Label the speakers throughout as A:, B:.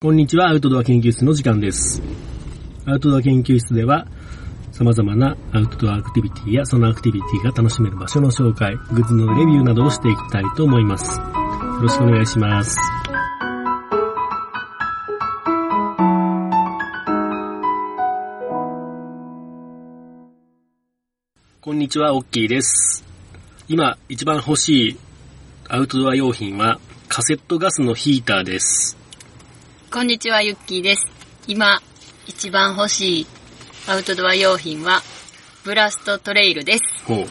A: こんにちは、アウトドア研究室の時間です。アウトドア研究室では、様々なアウトドアアクティビティやそのアクティビティが楽しめる場所の紹介、グッズのレビューなどをしていきたいと思います。よろしくお願いします。こんにちは、オッキーです。今、一番欲しいアウトドア用品は、カセットガスのヒーターです。
B: こんにちは、ゆっきーです。今、一番欲しいアウトドア用品は、ブラストトレイルです。
A: ほう。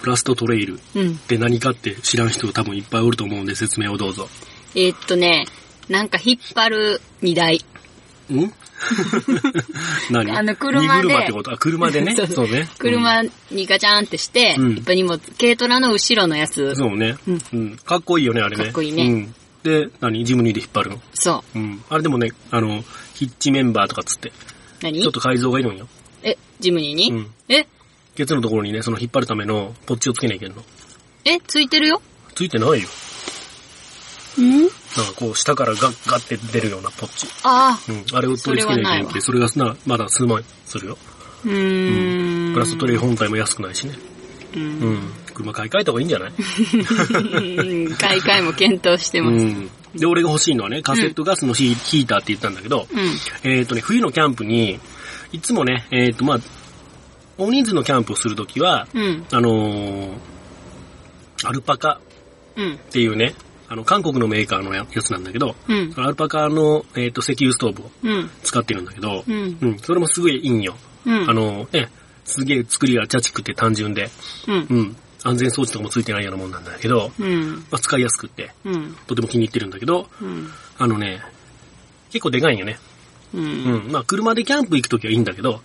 A: ブラストトレイル。
B: うん
A: っ。て何かって知らん人多分いっぱいおると思うんで説明をどうぞ。
B: えーっとね、なんか引っ張る荷台。
A: ん 何
B: あの車で
A: 荷車ってことあ、車でね。
B: そう
A: そうね。
B: 車にガチャンってして、
A: うん
B: いっぱい荷物、軽トラの後ろのや
A: う
B: つ
A: ん。そうね、
B: うん
A: うん。かっこいいよね、あれね。
B: かっこいいね
A: うん。で、何ジムニーで引っ張るの。
B: そう。
A: うん。あれでもね、あの、ヒッチメンバーとかっつって、
B: 何
A: ちょっと改造がいるんよ。
B: え、ジムニーに、
A: うん
B: え、
A: ケツのところにね、その引っ張るためのポッチをつけなきゃいけんの。
B: え、ついてるよ
A: ついてないよ。
B: ん
A: なんかこう、下からガッガッて出るようなポッチ。
B: あ
A: う
B: あ。
A: ん。あれを取り付けなきゃいけなくて、それがな、まだ数万するよ。
B: うーん。
A: プラストレイル本体も安くないしね。
B: う。
A: うんん。車買い替えた方がいいんじゃない
B: うん。買い替えも検討してます。
A: うん。で、俺が欲しいのはね、カセットガスのヒ,、ヒーターって言ったんだけど、
B: うん。
A: えっ、とね、冬のキャンプに、いつもね、えっ、と、まあ、大人数のキャンプをするときは、
B: うん。
A: あのーアルパカ
B: うん。
A: っていうね、あの、韓国のメーカーのややつなんだけど、
B: うん
A: そ。のアルパカの、えっ、と、石油ストーブを
B: うん。
A: 使ってるんだけど、
B: うん。
A: うん、それもすごいいいんよ。
B: うん。
A: あ、のーね、すげえ作りがチャチくて単純で、
B: うん
A: う。ん、安全装置とかもついてないようなもんなんだけど、
B: うん。
A: まあ、使いやすくって、
B: うん。
A: とても気に入ってるんだけど、
B: うん。
A: あのね、結構でかいんよね。
B: う。
A: うんん。まあ、車でキャンプ行くときはいいんだけど、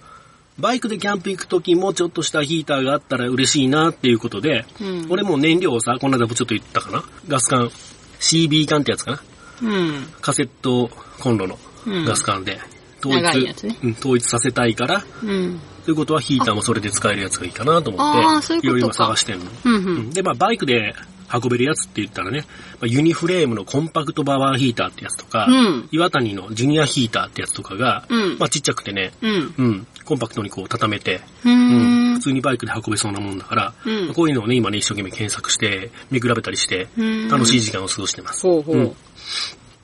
A: バイクでキャンプ行くときもちょっとしたヒーターがあったら嬉しいなっていうことで、
B: うん。
A: 俺も燃料をさ、この間もちょっと言ったかなガス缶、CB 缶ってやつかな
B: うん。
A: カセットコンロの
B: うん
A: ガス缶で、
B: 長いやつね
A: うん、統一させたいから、
B: うん。
A: ということはヒーターもそれで使えるやつがいいかなと
B: あ
A: 思
B: ー
A: って、
B: そういうことか
A: ろいろ今探してんの。
B: うん。う。
A: うんんで、まあ、バイクで運べるやつって言ったらね、まあユニフレームのコンパクトパワーヒーターってやつとか、
B: うん
A: 岩谷のジュニアヒーターってやつとかが、
B: うん
A: まあ、ちっちゃくてね、
B: うん。
A: うん、コンパクトにこう畳めて、
B: う
A: うん
B: ん
A: 普。通にバイクで運べそうなもんだから、
B: うん
A: まあこういうのをね、今ね、一生懸命検索して、見比べたりして、
B: うん
A: 楽しい時間を過ごしてます。
B: ほうほう。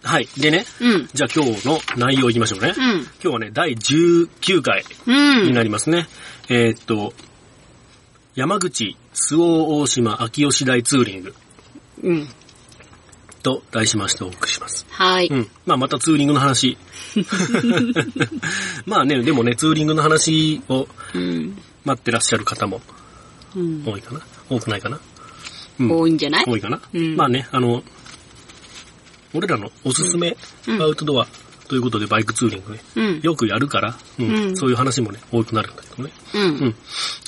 A: はい。でね、
B: うん。
A: じゃあ今日の内容いきましょうね。
B: う
A: 今
B: ん。
A: 日はね、第19回
B: う。
A: になんりますね。えーっと、山口、周防大島、秋吉台ツーリング。
B: うん。
A: と題しましてお送りします。。
B: はいう
A: ん。まあまたツーリングの 話。 まあね、でもね、ツーリングの話を
B: うん。
A: 待ってらっしゃる方も
B: うん。
A: 多いかな多くないかな
B: 多いんじゃない
A: 多いかな、
B: うん
A: まあね、あの、俺らのおすすめ
B: うん
A: アウトドアということでバイクツーリングね、
B: うん。
A: よくやるから、うん
B: うん
A: そういう話もね、多くなるんだけどね。
B: う。
A: うんん。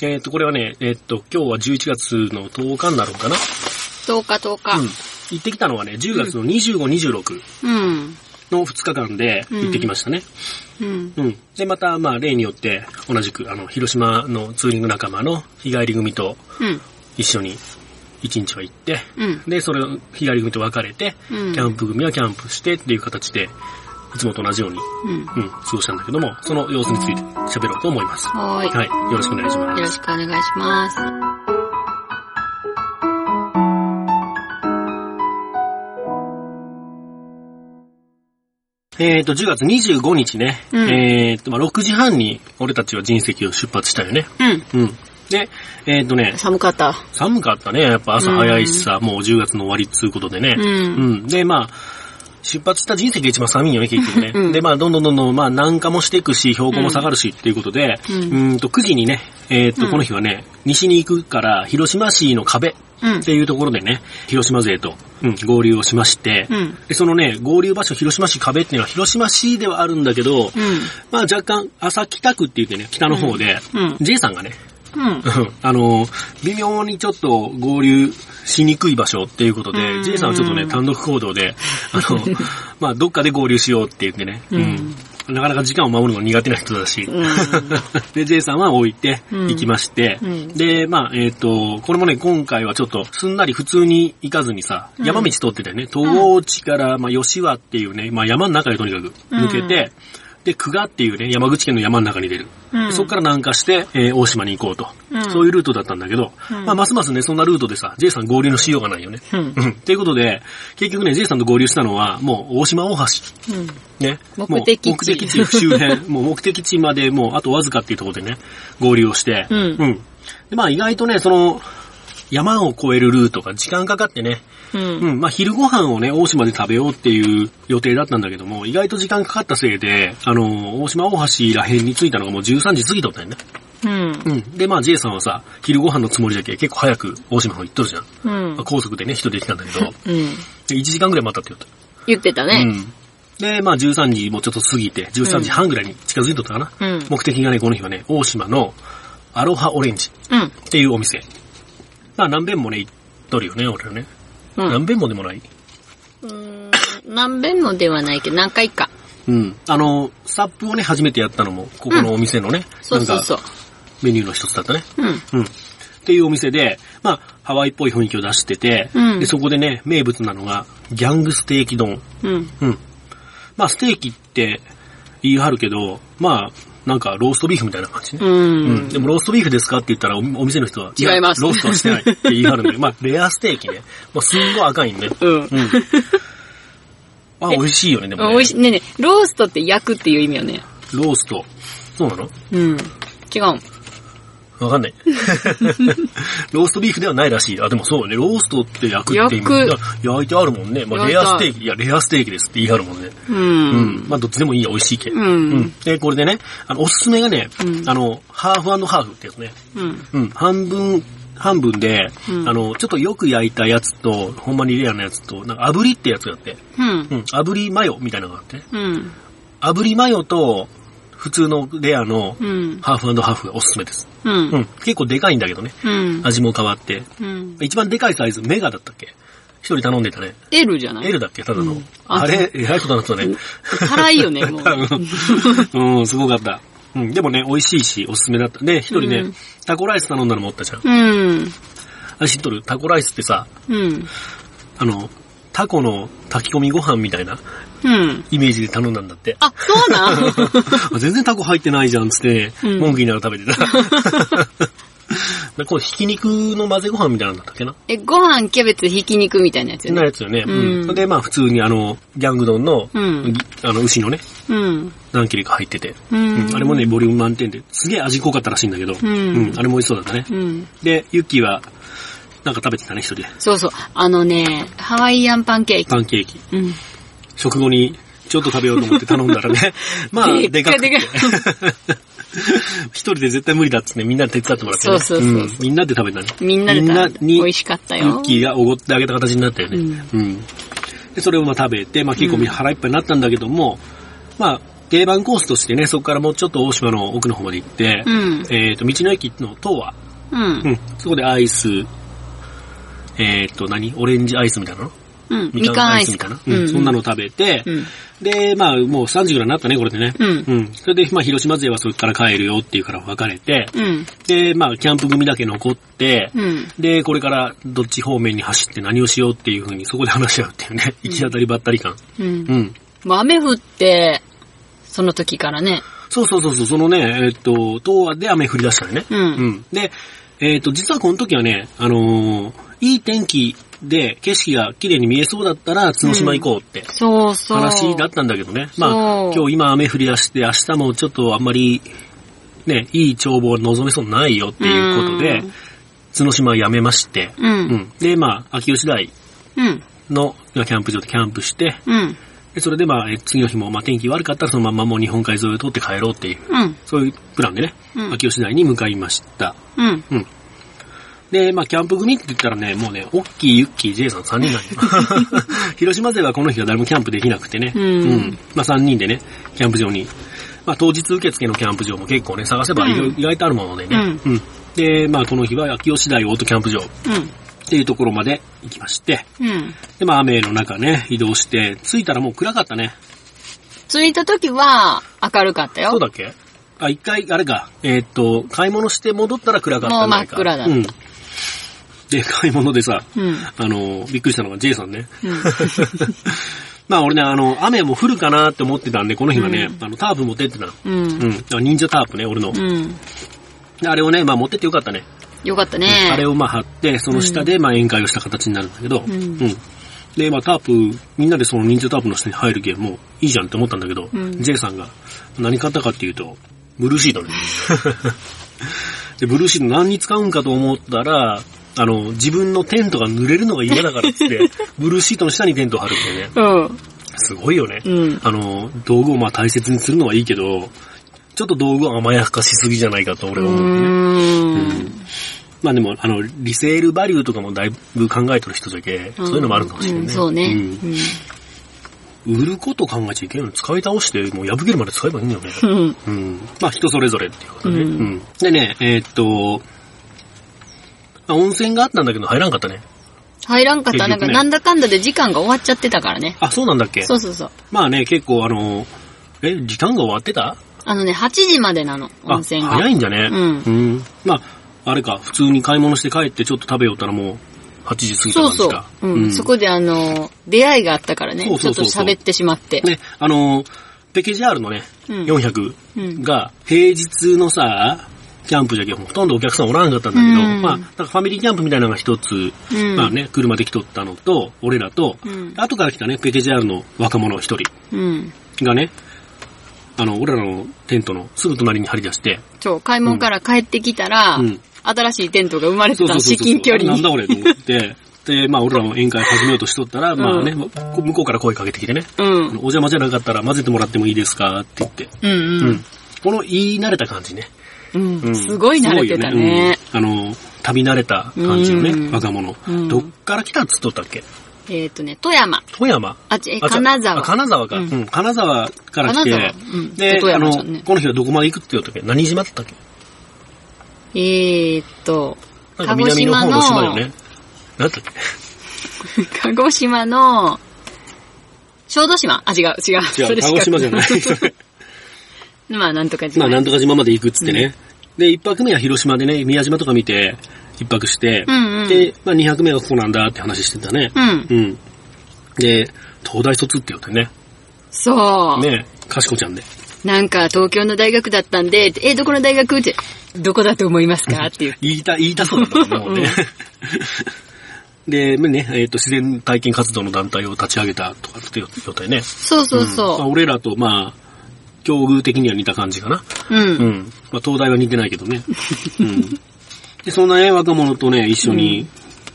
A: えっ、と、これはね、えっ、と、今日は11月の10日になるのかな
B: 10日10
A: うん
B: 日。。
A: 行ってきたのはね、10月の25、26
B: うん。
A: の2日間で行ってきましたね。
B: うん。
A: うん。で、また、まあ、例によって、同じく、あの、広島のツーリング仲間の日帰り組と
B: うん。
A: 一緒に一日は行って、
B: うん。
A: で、それを日帰り組と別れて、キ
B: うん
A: ャンプ組はキャンプしてっていう形で、いつもと同じように、
B: うん。
A: うん、過ごしたんだけども、その様子について喋ろうと思います。は。
B: はいーい。
A: よろしくお願いしま
B: よろ
A: す。
B: しくお願いします。
A: えっ、と、10月25日ね、
B: うん
A: えっ、と、まあ、6時半に俺たちは人石を出発したよね。
B: うん。
A: うん。で、えっ、とね、
B: 寒かった。
A: 寒かったね。やっぱ朝早いしさ、もう10月の終わりっつうことでね。
B: うん。
A: うん。で、まあ、出発した人生が一番寒いんよね、結局ね。
B: うん
A: で、まあ、どんどんどんどん、まあ、南下もしていくし、標高も下がるし、っていうことで、う
B: うんん、
A: と、9時にね、えーっと、
B: うん
A: この日はね、西に行くから、広島市の壁っ
B: うん。
A: ていうところでね、広島勢と、うん、合流をしまして、
B: うん。
A: でそのね、合流場所、広島市壁っていうのは、広島市ではあるんだけど、
B: うん。
A: まあ、若干、朝北区って言ってね、北の方で、
B: うん。
A: J さんがね、
B: うん。
A: うん あの、微妙にちょっと合流しにくい場所っていうこと
B: う
A: で、
B: ん
A: J さんはちょっとね、単独行動で、あの、まあ、どっかで合流しようって言ってね、
B: うん
A: なかなか時間を守るの苦手な人だし、
B: うん
A: で、J さんは置いて
B: うん
A: 行きまして、
B: うん
A: で、まあ、えっ、と、これもね、今回はちょっと、すんなり普通に行かずにさ、
B: うん
A: 山道通ってたよね。東郷地から、まあ、吉和っていうね、まあ、山の中でとにかく抜けて、で、久我っていうね、山口県の山の中に出る。
B: うん
A: そこから南下して、えー大島に行こうと、
B: うん
A: そういうルートだったんだけど、
B: うん
A: まあ、ますますね、そんなルートでさ、J さん合流のしようがないよね。
B: うん
A: うんということで、結局ね、J さんと合流したのは、もう大島大橋。
B: うん
A: ね。
B: 目的地
A: もう目的地周辺、 もう目的地までもうあとわずかっていうところでね、合流をして、
B: うん
A: で、まあ意外とね、その、山を越えるルートが時間かかってね、
B: うん
A: うん、まあ昼ご飯をね、大島で食べようっていう予定だったんだけども、意外と時間かかったせいで、あの、大島大橋ら辺に着いたのがもう13時過ぎとったよね。
B: うん
A: うん。で、まあ J さんはさ、昼ご飯のつもりだけ結構早く大島の方行っとるじゃん。
B: うん
A: まあ、高速でね、一人で来たんだけど、
B: うん
A: で1時間ぐらい待ったって言った。
B: 言ってたね
A: うん。で、まあ13時もちょっと過ぎて、13時半ぐらいに近づいとったかな。
B: うん
A: 目的がね、この日はね、大島のアロハオレンジ
B: うん
A: っていうお店。まあ何遍もね、行っとるよね、俺らね。
B: うん
A: 何遍もでもない。
B: うん何遍もではないけど何回か
A: うん。あの、サップをね、初めてやったのも、ここのお店のね、
B: そう
A: な
B: そ
A: ん
B: うそ
A: か
B: う
A: メニューの一つだったね。
B: うん
A: うん。っていうお店で、まあ、ハワイっぽい雰囲気を出してて、
B: うん
A: でそこでね、名物なのが、ギャングステーキ丼。
B: うん
A: うん。まあ、ステーキって言い張るけど、まあ、なんかローストビーフみたいな感じね。
B: うん
A: うん。でもローストビーフですかって言ったらおお店の人は。
B: 違います
A: やローストはしてないって言い張るんで、まあ、レアステーキね。まあ、すんごい赤いんで。
B: うん
A: う ん。あ、美味しいよね、でも、ね。
B: 美味しいねえねえローストって焼くっていう意味よね
A: ロースト。そうなの
B: うん違うん
A: わかんない。 ローストビーフではないらしい。あ、でもそうよね。ローストって焼くって意味
B: 焼く
A: だから焼いてあるもんね。まあ、
B: 焼い
A: レ
B: た
A: アステーキ。いや、レアステーキですって言い張るもんね。
B: う
A: うんん。まあ、どっちでもいいや、美味しいけ。
B: うん
A: うん。で、これでね、あの、おすすめがね、
B: うん
A: あの、ハーフハーフってやつね。
B: うん
A: うん。半分、半分で、
B: うん
A: あの、ちょっとよく焼いたやつと、ほんまにレアなやつと、なんか炙りってやつがあって、
B: うん
A: うん。炙りマヨみたいなのがあってね。
B: うん
A: 炙りマヨと、普通のレアの、
B: うん
A: ハーフハーフがおすすめです。
B: うん
A: うん。結構でかいんだけどね。
B: うん
A: 味も変わって。
B: うん
A: 一番でかいサイズ、メガだったっけ一人頼んでたね。
B: L じゃない
A: L だっけただの。
B: うん
A: あれ、えらいことになったね。
B: 辛いよね、もう。
A: うん、うんすごかった。うん、でもね、美味しいし、おすすめだった。で、一人ね、
B: うん
A: タコライス頼んだのもおったじゃん。
B: うん。
A: あ、知っとるタコライスってさ、
B: うん。
A: あの、タコの炊き込みご飯みたいな
B: うん。
A: イメージで頼んだんだ って。
B: あ、そうなん
A: あ全然タコ入ってないじゃん、つって、
B: うん
A: 文句言いながら食べてた。 でこれ、ひき肉の混ぜご飯みたいなんだったっけな
B: え、ご飯、キャベツ、ひき肉みたいなやつよ
A: な
B: ね。
A: やつよね。
B: うん
A: うん。で、まあ、普通にあの、ギャング丼の、
B: うん
A: ぎあの、牛のね、
B: うん。
A: 何切れか入ってて。
B: う
A: うん
B: ん。
A: あれもね、ボリューム満点で、すげえ味濃かったらしいんだけど、うんあれも美味しそうだったね。
B: うん。
A: で、ユッキーは、なんか食べてたね、一人で。
B: そうそう。あのね、ハワイアンパンケーキ。
A: パンケーキ。
B: うん。
A: 食後に、ちょっと食べようと思って頼んだら ね、まあ、
B: で
A: で
B: っか
A: か
B: い
A: くて。一人で絶対無理だっつってみんなで手伝ってもらってね。
B: そうそうそうそうん
A: みんなで食べたね。
B: みんなで食べた
A: みんなに
B: 美味しかったよ
A: ユッキーがおごってあげた形になったよね。うん。で、それをまあ食べて、まあ結構みんな腹いっぱいになったんだけども、まあ、定番コースとしてね、そこからもうちょっと大島の奥の方まで行って、
B: うん。
A: えっ、と、道の駅の塔は、
B: う。
A: うんん、そこでアイス、えっ、と、何オレンジアイスみたいなの
B: うん。みかんアイスか
A: み
B: な
A: か。んアイスみたいな。うん、そんなの食べて、
B: うん。
A: で、まあ、もう3時ぐらいになったね、これでね。
B: うん
A: うん。それで、まあ、広島勢はそこから帰るよっていうから別れて、
B: うん。
A: で、まあ、キャンプ組だけ残って、
B: うん。
A: で、これからどっち方面に走って何をしようっていう風にそこで話し合うっていうね、行き当たりばったり感。
B: うん
A: う。ん。
B: もう雨降って、その時からね。
A: そうそうそうそう、そのね、えっと、東亜で雨降り出したのね。
B: うん
A: うん。で、えっと、実はこの時はね、あのーいい天気で景色が綺麗に見えそうだったら、角島行こうって
B: そうそう。
A: 話だったんだけどね。ま
B: そ
A: あ
B: う、
A: 今日今雨降り出して、明日もちょっとあんまり、ね、いい眺望望めそうにないよっていうことで
B: うん、
A: 角島はやめまして、
B: う。
A: うんん。で、まあ、秋吉台
B: うん。
A: のキャンプ場でキャンプして、
B: うん。
A: でそれでまあ、え次の日もまあ天気悪かったらそのまんまもう日本海沿いを通って帰ろうっていう、
B: うん。
A: そういうプランでね、
B: うん
A: 秋吉台に向かいました。
B: うん。
A: うん。で、まあ、キャンプ組って言ったらね、もうね、オッキー、ユッキー、ジェイさん3人なんよ。 広島勢はこの日は誰もキャンプできなくてね、
B: うん
A: まあ、3人でね、キャンプ場に、まあ、当日受付のキャンプ場も結構ね、探せば意外,、
B: うん
A: 意外とあるものでね、うん。で、まあ、この日は秋吉台オートキャンプ場っ
B: うん。
A: ていうところまで行きまして、
B: うん。
A: で、まあ、雨の中ね、移動して、着いたらもう暗かったね。
B: 着いた時は明るかったよ。
A: そうだっけあ、一回、あれか、えーっと、買い物して戻ったら暗かったんだ
B: もう真っ暗だった
A: うん。で、買い物でさ、
B: うん。
A: あの、びっくりしたのが J さん ね。
B: うん。
A: まあ俺ね、あの、雨も降るかなって思ってたんで、この日はね、あの、タープ持ってってたの。
B: う。
A: うんん。だから忍者タープね、俺の。
B: うん。
A: であれをね、まあ持ってってよかったね。
B: よかったね。
A: あれをまあ貼って、その下でまあ宴会をした形になるんだけど、
B: うん
A: で、まあタープ、みんなでその忍者タープの下に入るゲームもいいじゃんって思ったんだけど、
B: うん
A: J さんが何買ったかっていうと、ブルーシ ートね。で、ブルーシート何に使うんかと思ったら、あの、自分のテントが濡れるのが嫌だからっつって、 ブルーシートの下にテントを張るっていうね。
B: うん。
A: すごいよね。
B: うん
A: あの、道具をまあ大切にするのはいいけど、ちょっと道具を甘やかしすぎじゃないかと俺は思うね。
B: うん。
A: まあでも、あの、リセールバリューとかもだいぶ考えてる人だけ、そういうのもあるかもしれない、
B: うんそうね。
A: うん売ること考えちゃいけないの。使い倒して、もう破けるまで使えばいいんだよね。
B: うん。
A: うん。まあ人それぞれっていうことね。
B: う
A: うんん。でね、えーっと、あ温泉があったんだけど入らんかったね。
B: 入らんかった。
A: 結
B: な
A: 局
B: んか、
A: ね
B: なんだかんだで時間が終わっちゃってたからね。
A: あ、そうなんだっけ
B: そうそうそう。
A: まあね、結構あの、え、時間が終わってた
B: あのね、8時までなの、温泉が。
A: あ、早いんだね。
B: う
A: うんまあ、あれか、普通に買い物して帰ってちょっと食べよったらもう、8時過ぎた
B: そ
A: 感
B: う
A: じ
B: そ
A: か。
B: う。うん。そこであの、出会いがあったからね。
A: そうそうそう
B: ち
A: そ
B: ょ
A: う
B: っと喋ってしまって。
A: ね、あのー、ペケジャールのね、
B: うんうん
A: 400が、平日のさ、キャンプじゃけほとんどお客さんおらんかったんだけど、
B: うん
A: まあ、なんかファミリーキャンプみたいなのが一つ、
B: うん
A: まあね、車で来とったのと、俺らと、
B: うん
A: 後から来たね、ペケジャールの若者一人
B: うん。
A: がね、あの、俺らのテントのすぐ隣に張り出して、
B: そう、買い物から帰ってきたら、
A: うん
B: 新しいテントが生まれて
A: そう
B: た
A: そ
B: の
A: うそう
B: 至
A: そう
B: 近距離
A: なんだ
B: に。
A: 俺と思って、で、まあ俺らも宴会始めようとしとったら、まあね、こ向こうから声かけてきてね、
B: う
A: あの
B: ん。
A: お邪魔じゃなかったら混ぜてもらってもいいですかって言って、
B: うんうん。
A: この言い慣れた感じね。
B: うん。
A: うん
B: すごい慣れてたね。
A: すごいようんあの、旅慣れた感じの
B: うん
A: ね、若者
B: うん。
A: どっから来たっつっとったっけ
B: えっ、とね、富山。
A: 富山
B: あ、ち、え、
A: あ違う
B: 金
A: あ
B: 沢。
A: 金沢か。
B: うん
A: うん金沢から来
B: 金
A: て
B: 沢うん、
A: で、あ
B: 富山
A: の、
B: じゃんね
A: この日はどこまで行くって言ったっけ何島だったっけ
B: えっ、と、
A: なんか
B: 鹿児
A: 南の
B: 島
A: 方
B: の
A: の島よね。何だったっけ
B: 鹿児島の、小豆島あ、違う、違う。
A: 違、
B: そうれ
A: 鹿
B: し
A: 児
B: か
A: 島じゃない。
B: まあ、なんとか島。
A: まあ、なんとか島まで行くっつってね。で、一泊目は広島でね、宮島とか見て、一泊して、
B: うんうん
A: で、まあ、二泊目はここなんだって話してたね。
B: うん。
A: うん。で、東大卒って言ってね。
B: そう。
A: ねかしこちゃんで。
B: なんか、東京の大学だったんで、え、どこの大学って、どこだと思いますかっていう。
A: 言いた、言いたそうだったもんね。 で、まあね、えっ、と、自然体験活動の団体を立ち上げたとかって言ってね。
B: そうそう
A: まあ、
B: そ
A: 俺らと、まあ、境遇的には似た感じかな。
B: う。うん。
A: うん。まあ、東大は似てないけどね。うん。で、そんなね、若者とね、一緒に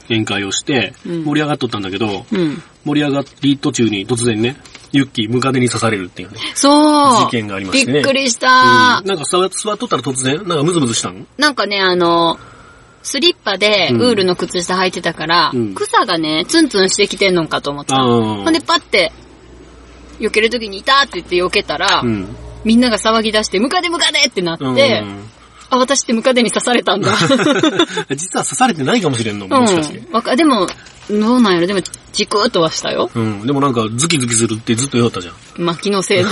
A: 宴会をして、
B: うん
A: 盛り上がっとったんだけど、
B: うん。
A: 盛り上がり途中に突然ね、ユッキームカデに刺されるっていうね。
B: そう。
A: 事件がありましてね
B: びっくりした、
A: うんなんか座座っとったら突然、なんかムズムズしたの
B: なんかね、あの、スリッパで
A: うん
B: ウールの靴下履いてたから、
A: うん
B: 草がね、ツンツンしてきてんのかと思ってた。
A: ああ。
B: ほんで、パッて、避けるときにいたって言って避けたら、
A: うん。
B: みんなが騒ぎ出して、ムカデムカデってなって、
A: うん
B: あ、私ってムカデに刺されたん だ。
A: 実は刺されてないかもしれんの、
B: う
A: もしかして。
B: ん。わか、でも、どうなんやろでも、じくーっとはしたよ。
A: うん。でもなんか、ズキズキするってずっと言おったじゃん。
B: まあ、気のせいだ。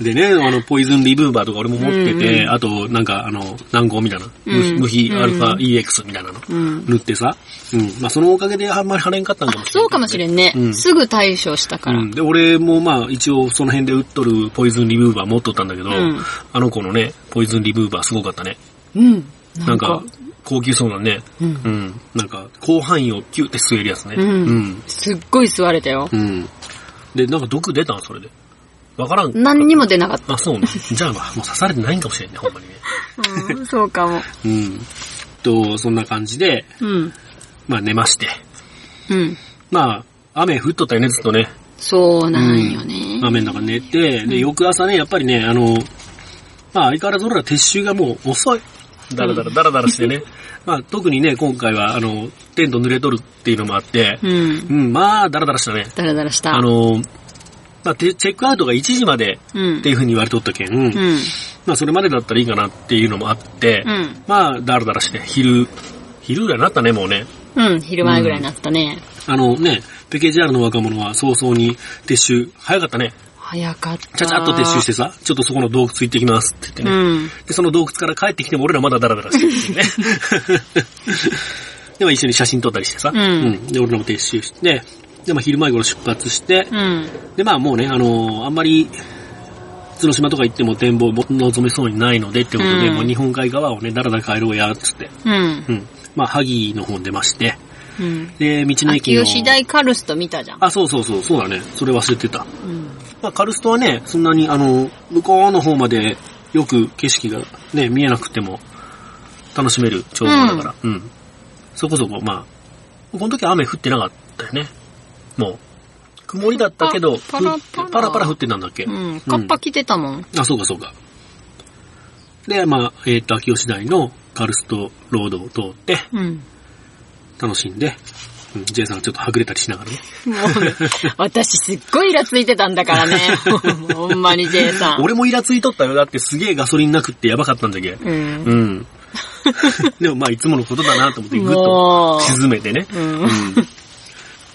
A: でね、あの、ポイズンリブーバーとか俺も持って
B: うん
A: て、あと、なんか、あの、軟膏みたいな、
B: うん
A: 無比
B: うん
A: アルファ EX みたいなの、
B: うん
A: 塗ってさ、うん。まあ、そのおかげであんまり跳ねんかったんかもしれんけどね、
B: そうかもしれんね。
A: うん
B: すぐ対処したから。
A: うん、で、俺もまあ一応その辺で売っとるポイズンリブーバー持っとったんだけど、
B: うん
A: あの子のね、ポイズンリブーバーすごかったね。
B: うん。
A: なんか、高級そうなね、
B: うん
A: うん。なんか、広範囲をキュって吸えるやつね。
B: うん
A: うん。
B: すっごい吸われたよ。
A: うんで、なんか毒出たんそれで。わからん。
B: 何にも出なかった。
A: あ、そうね。じゃあまあ、もう刺されてないんかもしれんね、ほんまにね。
B: うん、そうかも。
A: うん。と、そんな感じで、
B: うん。
A: まあ寝まして。
B: うん。
A: まあ、雨降っとったよね、ずっとね。
B: そうなんよね。
A: 雨の中寝て、で、翌朝ね、やっぱりね、あの、まあ相変わらず俺ら撤収がもう遅い。だらだらだらだらしてね。まあ特にね、今回はあの、テント濡れとるっていうのもあって、
B: うん。
A: うん、まあだらだらしたね。
B: だらだらした。
A: あの、まあてチェックアウトが1時まで
B: うん。
A: っていうふうに言われとったけん、
B: うん。
A: まあそれまでだったらいいかなっていうのもあって、
B: うん。
A: まあだらだらして、昼、昼ぐらいになったね、もうね。
B: うん。昼前ぐらいになったね。
A: あのね、ペケジャールの若者は早々に撤収、早かったね。
B: 早かった。
A: ちゃちゃっと撤収してさ、ちょっとそこの洞窟行ってきますって言って
B: う
A: ね。
B: ん。
A: で、その洞窟から帰ってきても俺らまだダラダラしてるっていうね。 で、まあ一緒に写真撮ったりしてさ。
B: うん
A: で、俺らも撤収して、で、まあ昼前頃出発して、
B: うん。
A: で、まあもうね、あのーあんまり、角島とか行っても展望も望めそうにないのでってことで、
B: うん
A: もう日本海側をね、だらだら帰ろうや、つって。
B: うん
A: う。ん。まあ、萩の方に出まして、
B: うん。
A: で、道の駅
B: 秋
A: の。
B: 吉台カルスト見たじゃん。
A: あ、そうそうそう、そうだね。それ忘れてた。
B: うん。
A: まあ、カルストはね、そんなに、あの、向こうの方までよく景色がね、見えなくても楽しめる眺望だから、うん。そこそこ、まあ、この時は雨降ってなかったよね。もう、曇りだったけど、
B: パラパラ
A: ふパラパラ降ってたんだっけ、
B: うん。カッパ着てたもん。
A: あ、そうかそうか。で、まあ、えっ、と、秋吉台のカルストロードを通って、
B: うん。
A: 楽しんで、うん、J さんがちょっとはぐれたりしながらね。
B: もうね、私すっごいイラついてたんだか らね。ほんまに J さん。
A: 俺もイラついとったよ。だってすげえガソリンなくってやばかったんだけど。
B: うん。
A: うん。 でもまあいつものことだなと思ってぐっと
B: も
A: 沈めてね。
B: う、うん。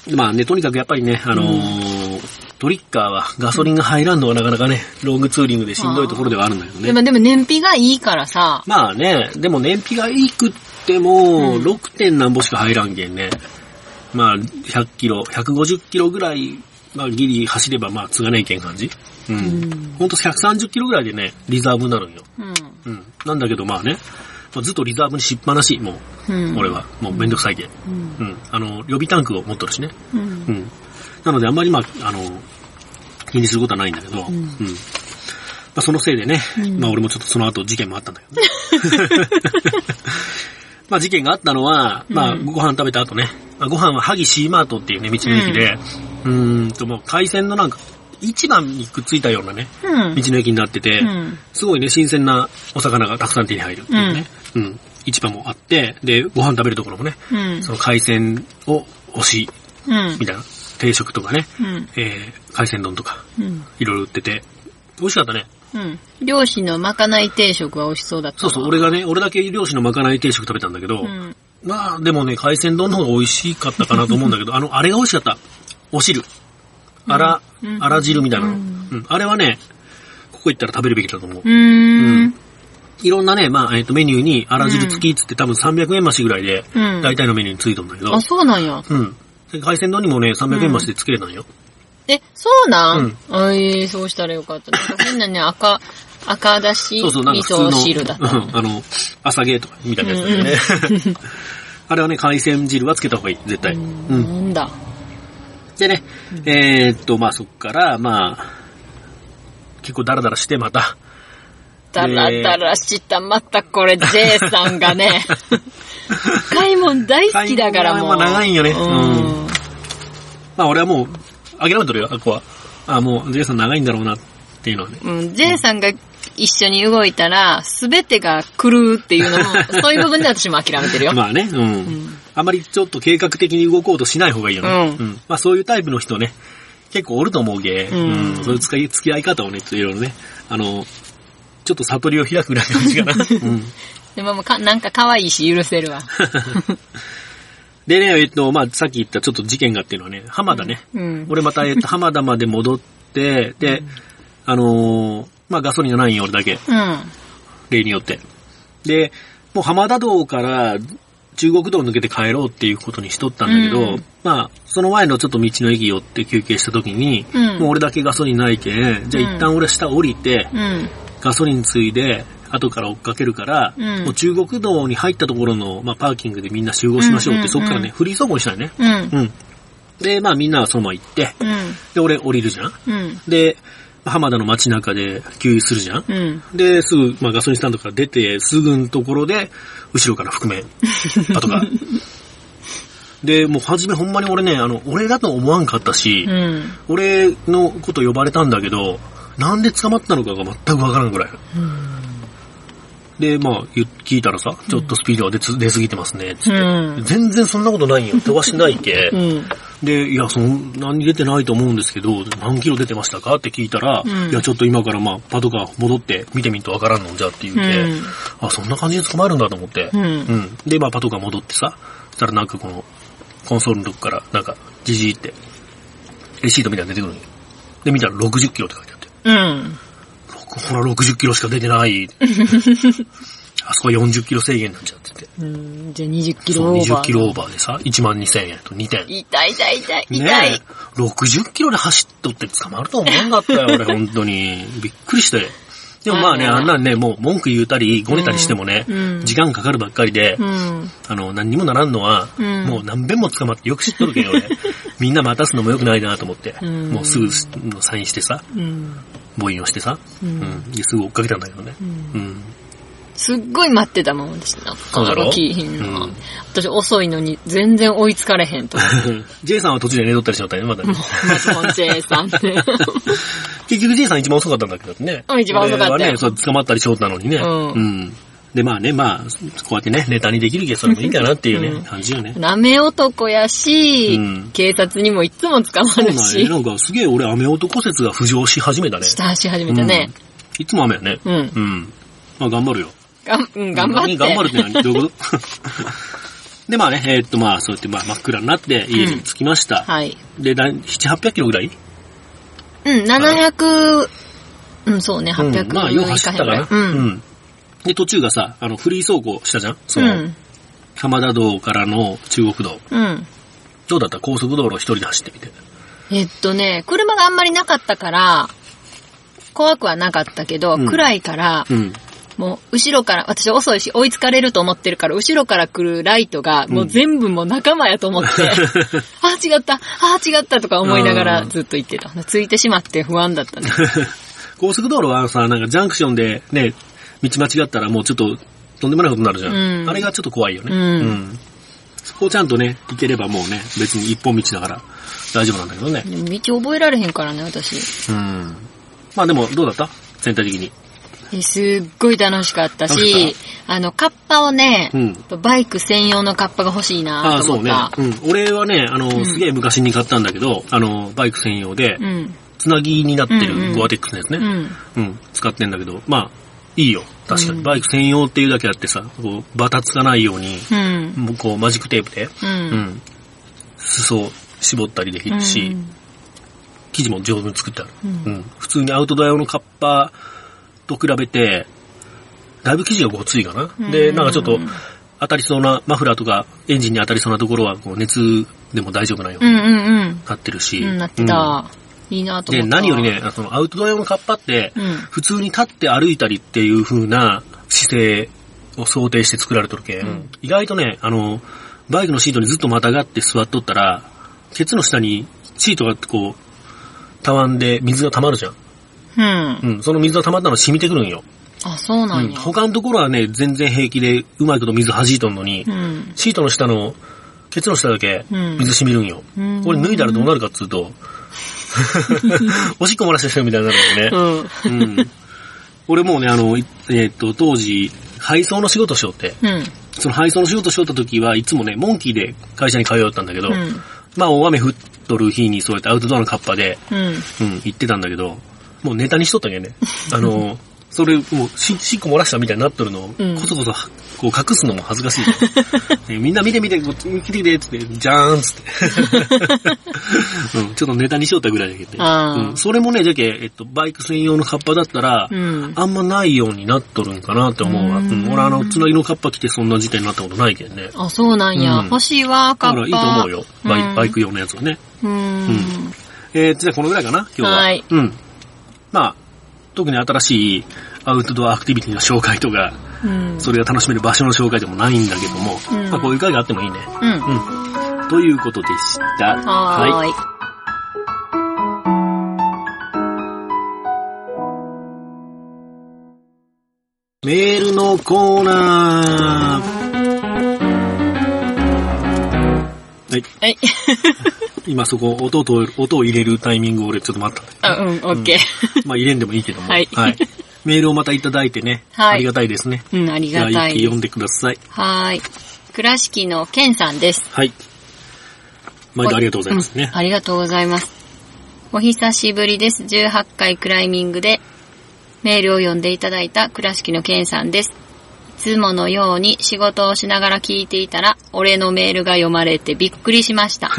A: うん。まあね、とにかくやっぱりね、あのートリッカーはガソリンが入らんのはなかなかね、ロングツーリングでしんどいところではあるんだけど
B: で
A: ね。
B: も、でも燃費がいいからさ、
A: まあね、でも燃費がいいくっても、
B: うん
A: 6. 点なんぼしか入らんけんね。まあ、100キロ、150キロぐらい、まあギリ走ればまあ継がねえけん感じ。うん。
B: うん
A: ほんと130キロぐらいでね、リザーブになるんよ。
B: うん。
A: うん。なんだけどまあね、まあずっとリザーブにしっぱなし、も
B: う
A: う、
B: ん。
A: 俺は。もうめんどくさいけん。
B: うん。
A: うん。あの、予備タンクを持っとるしね。
B: うん
A: う。ん。なのであんまりまあ、あの、気にすることはないんだけど、
B: うん
A: まあ、そのせいでね、
B: うん
A: まあ俺もちょっとその後事件もあったんだけどね。 まあ事件があったのは、まあ
B: うん
A: ご飯食べた後ね、まあご飯は萩シーマートっていうね、道の駅で、うーんともう海鮮のなんか、市場にくっついたようなね、
B: うん。
A: 道の駅になってて、
B: うん。
A: すごいね、新鮮なお魚がたくさん手に入るっていうね、うん、市場もあって、で、ご飯食べるところもね、
B: うん。
A: その海鮮を推し、
B: うん
A: み。たいな、定食とかね、
B: うん。
A: えー、海鮮丼とか、
B: うん。
A: いろいろ売ってて、美味しかったね。
B: うん。漁師のまかない定食は美味しそうだったな。
A: そうそう、俺がね、俺だけ漁師のまかない定食食べたんだけど、
B: うん。
A: まあ、でもね、海鮮丼の方が美味しかったかなと思うんだ けど、あの、あれが美味しかった。お汁。あら、
B: うん
A: あら汁みたいなの、
B: う
A: うんん。あれはね、ここ行ったら食べるべきだと思う
B: う。ーん。
A: いろんなね、まあ、えっ、と、メニューに、あら汁付きっつって多分300円増しぐらいで、
B: うん。
A: 大体のメニューについとんだけど
B: あ、、そうなんや。
A: うん。で海鮮丼にもね、300円増しで作れたんよ。
B: え、そうなん
A: うん
B: あえーそうしたらよかった。なんか変なね、赤、赤だし、
A: そうそう、なん
B: 味
A: か普通の、
B: 噌汁だった。
A: うんあの、朝ゲーとかみたいなやつだよね。 あれはね、海鮮汁はつけた方がいい、絶対。
B: うん
A: うん。
B: なんだ。
A: でね、えーっと、まあそっから、まあ、結構ダラダラして、また。
B: だらだらした、またこれ、J さん がね、買い物大好きだからも
A: 買い
B: う。
A: 物は長いんよね
B: うん。
A: まあ俺はもう、諦めとるよ、あこは。あ、もう、ジェイさん長いんだろうな、っていうのはね。
B: うん、J さんが一緒に動いたら、すべてが狂うっていうの も、そういう部分で私も諦めてるよ。
A: まあね、うん。
B: ん
A: あまりちょっと計画的に動こうとしない方がいいよね。
B: うん
A: まあそういうタイプの人ね、結構おると思うげ、
B: うん
A: そういう使い、付き合い方をね、ちょっといろいろね、あの、ちょっと悟りを開くぐらいの感じかな。うん
B: でももうか、なんか可愛いし許せるわ。
A: でね、えっと、まあさっき言ったちょっと事件がっていうのはね、浜田ね。
B: うん。
A: 俺また、えっと、浜田まで戻って、で、あのーまあガソリンがないんよ、俺だけ。
B: うん。
A: 例によって。で、もう浜田道から中国道を抜けて帰ろうっていうことにしとったんだけど、
B: うん
A: まあ、その前のちょっと道の駅寄って休憩した時に、
B: うん
A: もう俺だけガソリンないけん、じゃあ一旦俺下降りて、
B: うん。
A: ガソリンついで、後から追っかけるから、
B: うん
A: もう中国道に入ったところの、まあ、パーキングでみんな集合しましょうって、
B: うん
A: そっから
B: うん
A: ね、フリー走行したよね。
B: うん。
A: うん。で、まあみんなはそのまま行って、
B: うん。
A: で、俺降りるじゃん。
B: うん。
A: で、浜田の街中で給油するじゃん。
B: うん。
A: で、すぐ、まあ、ガソリンスタンドから出て、すぐのところで、後ろから覆 面。あとか。で、もう初めほんまに俺ね、あの、俺だと思わんかったし、
B: うん。
A: 俺のこと呼ばれたんだけど、なんで捕まったのかが全くわからんぐらい。で、まあ、言聞いたらさ、ちょっとスピードが出つ出すぎてますね、つって
B: うん
A: 全然そんなことないよ。飛ばしてないけ。
B: うん。
A: で、いや、その、何出てないと思うんですけど、何キロ出てましたかって聞いたら、
B: うん
A: いや、ちょっと今からまあ、パトカー戻って見てみんとわからんのじゃって言うて、
B: うん
A: あ、そんな感じで捕まえるんだと思って、
B: うん
A: で、まあ、パトカー戻ってさ、そしたらなんかこの、コンソールのとこから、なんか、じじいって、レシートみたいなの出てくるのよ。で、見たら60キロって書いてあって。
B: うん。
A: ほら、60キロしか出てない。 あそこは40キロ制限になっちゃってて。
B: うん、じゃあ20キロ
A: そう、
B: オーバー。
A: 20キロオーバーでさ、1万2000円と2点。
B: 痛い痛い痛い痛い。
A: ねえ、60キロで走っとって捕まると思わんかったよ、俺、本当に。びっくりして。でもまあね、
B: はいはい
A: あんなんね、もう文句言うたり、ごねたりしてもね、
B: うん
A: 時間かかるばっかりで、
B: うん。
A: あの、何にもならんのは、
B: うん
A: もう何遍も捕まってよく知っとるけ どね、みんな待たすのもよくないなと思って、
B: うん
A: もうすぐサインしてさ、
B: うん。
A: 母音をしてさ、
B: う。
A: うんん、ですぐ追っかけたんだけどね。
B: うん
A: うん。
B: すっごい待ってたもん私な
A: そうだろ
B: 驚きいひんの、
A: うん
B: 私遅いのに全然追いつかれへんと。も
A: J さんは途中で寝とったりしちゃったよね、またね
B: う。マジ本性さんね。
A: 結局 J さん一番遅かったんだけどね。
B: うん一番遅かったよ
A: 俺はね、そう捕まったりしようったのにね。
B: うん
A: んで、まあね、まあ、こうやってね、ネタにできるけど、それもいいかなっていうね、
B: うん
A: 感じよね。
B: なめ男やし、
A: うん
B: 警察にもいつも捕ま
A: そうなん
B: る
A: やね。
B: し
A: な、んかすげえ俺、雨男説が浮上し始めたね。
B: 下走り始めたね。
A: うん。いつも雨やね。
B: うん。
A: うん。まあ頑張るよ。
B: がんうん、頑張って。
A: 何頑張るって何どういうこと で、まあね、えーっとまあ、そうやってまあ真っ暗になって家に着きました。
B: はい。
A: で、だい7、800キロぐらい
B: うん、700、うん、そうね、800、
A: うん、まあ、よう走ったかな。
B: うん。
A: んで、途中がさ、あの、フリー走行したじゃんそうの、
B: ん。
A: 浜田道からの中国道。
B: うん。
A: どうだった高速道路一人で走ってみて。
B: えっとね、車があんまりなかったから、怖くはなかったけど、
A: うん
B: 暗いから、
A: うん。
B: もう後ろから、私遅いし追いつかれると思ってるから、後ろから来るライトが、もう全部もう仲間やと思って、 あー違った、あー違ったとか思いなが
A: う
B: ら
A: ん
B: ずっと行ってた。ついてしまって不安だったね。
A: 高速道路はさ、なんかジャンクションでね、道間違ったらもうちょっと、とんでもないことになるじゃん。
B: うん
A: あれがちょっと怖いよね。
B: うん
A: そこをちゃんとね、行ければもうね、別に一本道だから大丈夫なんだけどね。
B: でも道覚えられへんからね、私。
A: うん。まあでも、どうだった全体的に。
B: えすっごい楽しかった
A: 楽し
B: し、あの、カッパをね、
A: うん。
B: バイク専用のカッパが欲しい
A: あ
B: な
A: あ、
B: と
A: そ
B: 思
A: う
B: っ
A: ね
B: た。。
A: うん。俺はね、あの、
B: ん
A: すげえ昔に買ったんだけど、あの、バイク専用で、
B: うん。
A: つなぎになって
B: うんう
A: る
B: ん
A: ゴアテックスのやつね。
B: うん。
A: うん、使ってんだけど、まあ、いいよ。確か
B: う
A: に。
B: ん
A: バイク専用っていうだけあってさ、こう、バタつかないように、
B: うん。
A: もうこう、マジックテープで、
B: う。
A: うんん、裾を絞ったりできるし、生地も丈夫に作ってある。
B: うん
A: うん。普通にアウトドア用のカッパと比べて、だいぶ生地がごついかな。
B: うん
A: で、なんかちょっと、当たりそうな、マフラーとか、エンジンに当たりそうなところは、こう、熱でも大丈夫なよう
B: うん
A: に
B: うん
A: なってるし。
B: うん。うん、なって
A: うん
B: た。いいなと思
A: で、
B: った。
A: 何よりね、あそのアウトドア用のカッパって、
B: うん。
A: 普通に立って歩いたりっていう風な姿勢を想定して作られとるけん、
B: うん
A: 意外とね、あの、バイクのシートにずっとまたがって座っとったら、ケツの下にシートがこう、たわんで水が溜まるじゃん。
B: うん。
A: うん。その水が溜まったのが染みてくるんよ。
B: あ、そうな
A: うんん。
B: や。
A: 他のところはね、全然平気でうまいこと水弾いとんのに、
B: うん。
A: シートの下の、ケツの下だけ
B: うん
A: 水染みるんよ。
B: うん
A: これ脱いだらどうなるかっつう と、おしっこ漏らしてる人みたいになるよね。
B: うん。
A: うん。俺もうね、あの、いえっと、当時、配送の仕事しようって。
B: うん。
A: その配送の仕事しよった時はいつもね、モンキーで会社に通ったんだけど、
B: うん。
A: まあ大雨降っとる日にそうやってアウトドアのカッパで、
B: うん。
A: うん、行ってたんだけど、もうネタにしとったんやね。あの、それ、もう、し、しっこ漏らしたみたいになっとるのを、
B: うん
A: こそこそ、こう隠すのも恥ずかしい じゃん。えみんな見て見て、こっち見てきて、つって、じゃーん、つ って。うん、ちょっとネタにしとったぐらいだけどね、
B: あー
A: うん、それもね、じゃけ、えっと、バイク専用のカッパだったら、
B: うん。
A: あんまないようになっとるんかなって思うわ。う
B: うん
A: ん、俺あの、つなぎのカッパ着てそんな事態になったことないけんね。
B: あ、そうなんや。
A: うん
B: 欲しいわ、
A: だ
B: カ
A: か
B: ッパ。
A: らいいと思うよ。バイ,、
B: うん
A: バイク用のやつはね。
B: うん。
A: えー、じゃあこのぐらいかな、今日は。
B: はい
A: うん。まあ、特に新しいアウトドアアクティビティの紹介とか、
B: うん。
A: それが楽しめる場所の紹介でもないんだけども、
B: うん
A: まあこういう会があってもいいね。
B: うん。
A: うん。ということでした。
B: はーい。
A: メールのコーナー。はい。
B: はい。
A: 今そこ、音と、音を入れるタイミングを俺ちょっと待 ったんだけ
B: あ、うん、オッケ
A: ど。まあ入れんでもいいけども。
B: はい
A: メールをまたいただいてね。
B: はい
A: ありがたいですね。
B: ー。うん、あり
A: じゃ
B: が
A: あ
B: た
A: 一気
B: い。
A: 読んでください。
B: はーい。倉敷のケンさんです。
A: はい。毎度ありがとうございますね
B: うん。ありがとうございます。お久しぶりです。18回クライミングでメールを読んでいただいた倉敷の健さんです。いつものように仕事をしながら聞いていたら、俺の メールが読まれてびっくりしました。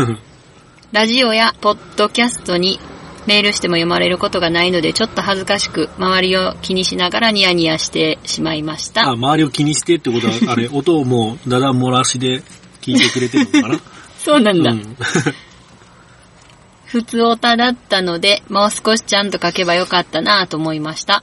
B: ラジオやポッドキャストにメールしても読まれることがないので、ちょっと恥ずかしく、周りを気にしながらニヤニヤしてしまいました。
A: あ、周りを気にしてってこと は、あれ、音をもう、だだ漏らしで聞いてくれてるのか
B: そうなんだ。
A: なうん。
B: 普通オタだったので、もう少しちゃんと書けばよかったなぁと思いました。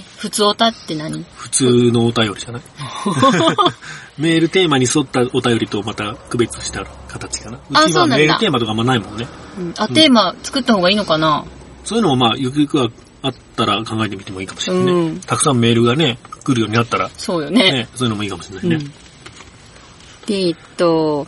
B: え普通オタって何
A: 普通のお便りじゃない メールテーマに沿ったお便りとまた区別してある形かな。
B: あ
A: うち
B: そうな
A: は
B: んだ
A: メールテーマとかあんまないもんね。
B: うんあ、テーマ作った方がいいのかな
A: そういうのもまあ、ゆくゆくはあったら考えてみてもいいかもしれないね。
B: うん
A: たくさんメールがね、来るようになったら、
B: そうよね。
A: ね、そういうのもいいかもしれな
B: う
A: い
B: ん
A: ね。
B: で、えっと、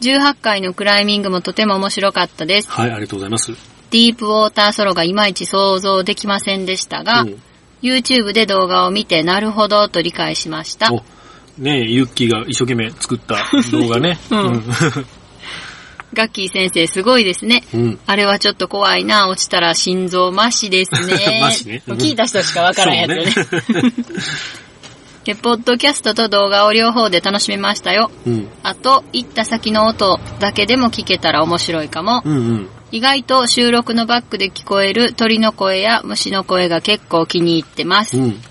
B: 18回のクライミングもとても面白かったです。
A: はい、ありがとうございます。
B: ディープウォーターソロがいまいち想像できませんでしたが、
A: うん
B: YouTube で動画を見て、なるほどと理解しました。
A: おねえ、ユッキーが一生懸命作った動画ね。
B: うんガッキー先生、すごいですね。
A: うん。うん。
B: あれはちょっと怖いな、落ちたら心臓麻痺ですね。
A: 麻痺ねうん
B: 聞いた人しかわからんやつよね。
A: そう ね
B: で、ポッドキャストと動画を両方で楽しめましたよ。
A: うん。
B: あと、行った先の音だけでも聞けたら面白いかも。
A: うんうん。
B: 意外と収録のバックで聞こえる鳥の声や虫の声が結構気に入ってます。
A: うん。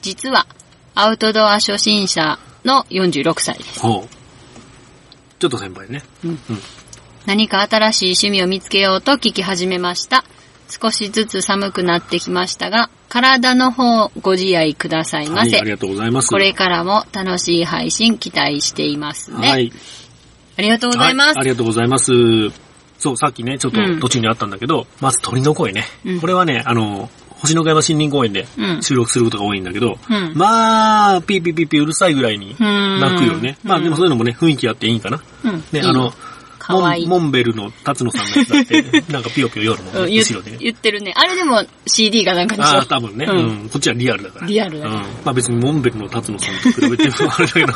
B: 実は、アウトドア初心者の46歳です。
A: ほう。ちょっと先輩ね。
B: 何か新しい趣味を見つけようと聞き始めました。少しずつ寒くなってきましたが、体の方ご自愛くださいま
A: は
B: せ。
A: い、ありがとうございます。
B: これからも楽しい配信期待していますね。
A: はい。
B: ありがとうございます。
A: はありがとうございます。そう、さっきね、ちょっと
B: うん
A: 途中にあったんだけど、まず鳥の声ね、
B: うん
A: これはね、あの、星の山森林公園で
B: うん
A: 収録することが多いんだけど、
B: うん
A: まあ、ピーピーピーピーうるさいぐらいに
B: うん
A: 泣くよね。まあでもそういうのもね、雰囲気あっていいんかな。
B: うん、い
A: ね、
B: い
A: あの、
B: か
A: モ
B: わい
A: ン
B: い。
A: モンベルの辰野さんのやつだ って、なんかピヨピヨ夜のね、
B: うん言
A: 後ろでね。
B: 言ってるね。あれでも CD がなんかでし
A: あ
B: ょ
A: あ、多分ね、
B: う
A: うんん。こっちはリアルだから。
B: リアルだ
A: うん
B: ね。
A: まあ別にモンベルの辰野さんと比べてもあれだけど、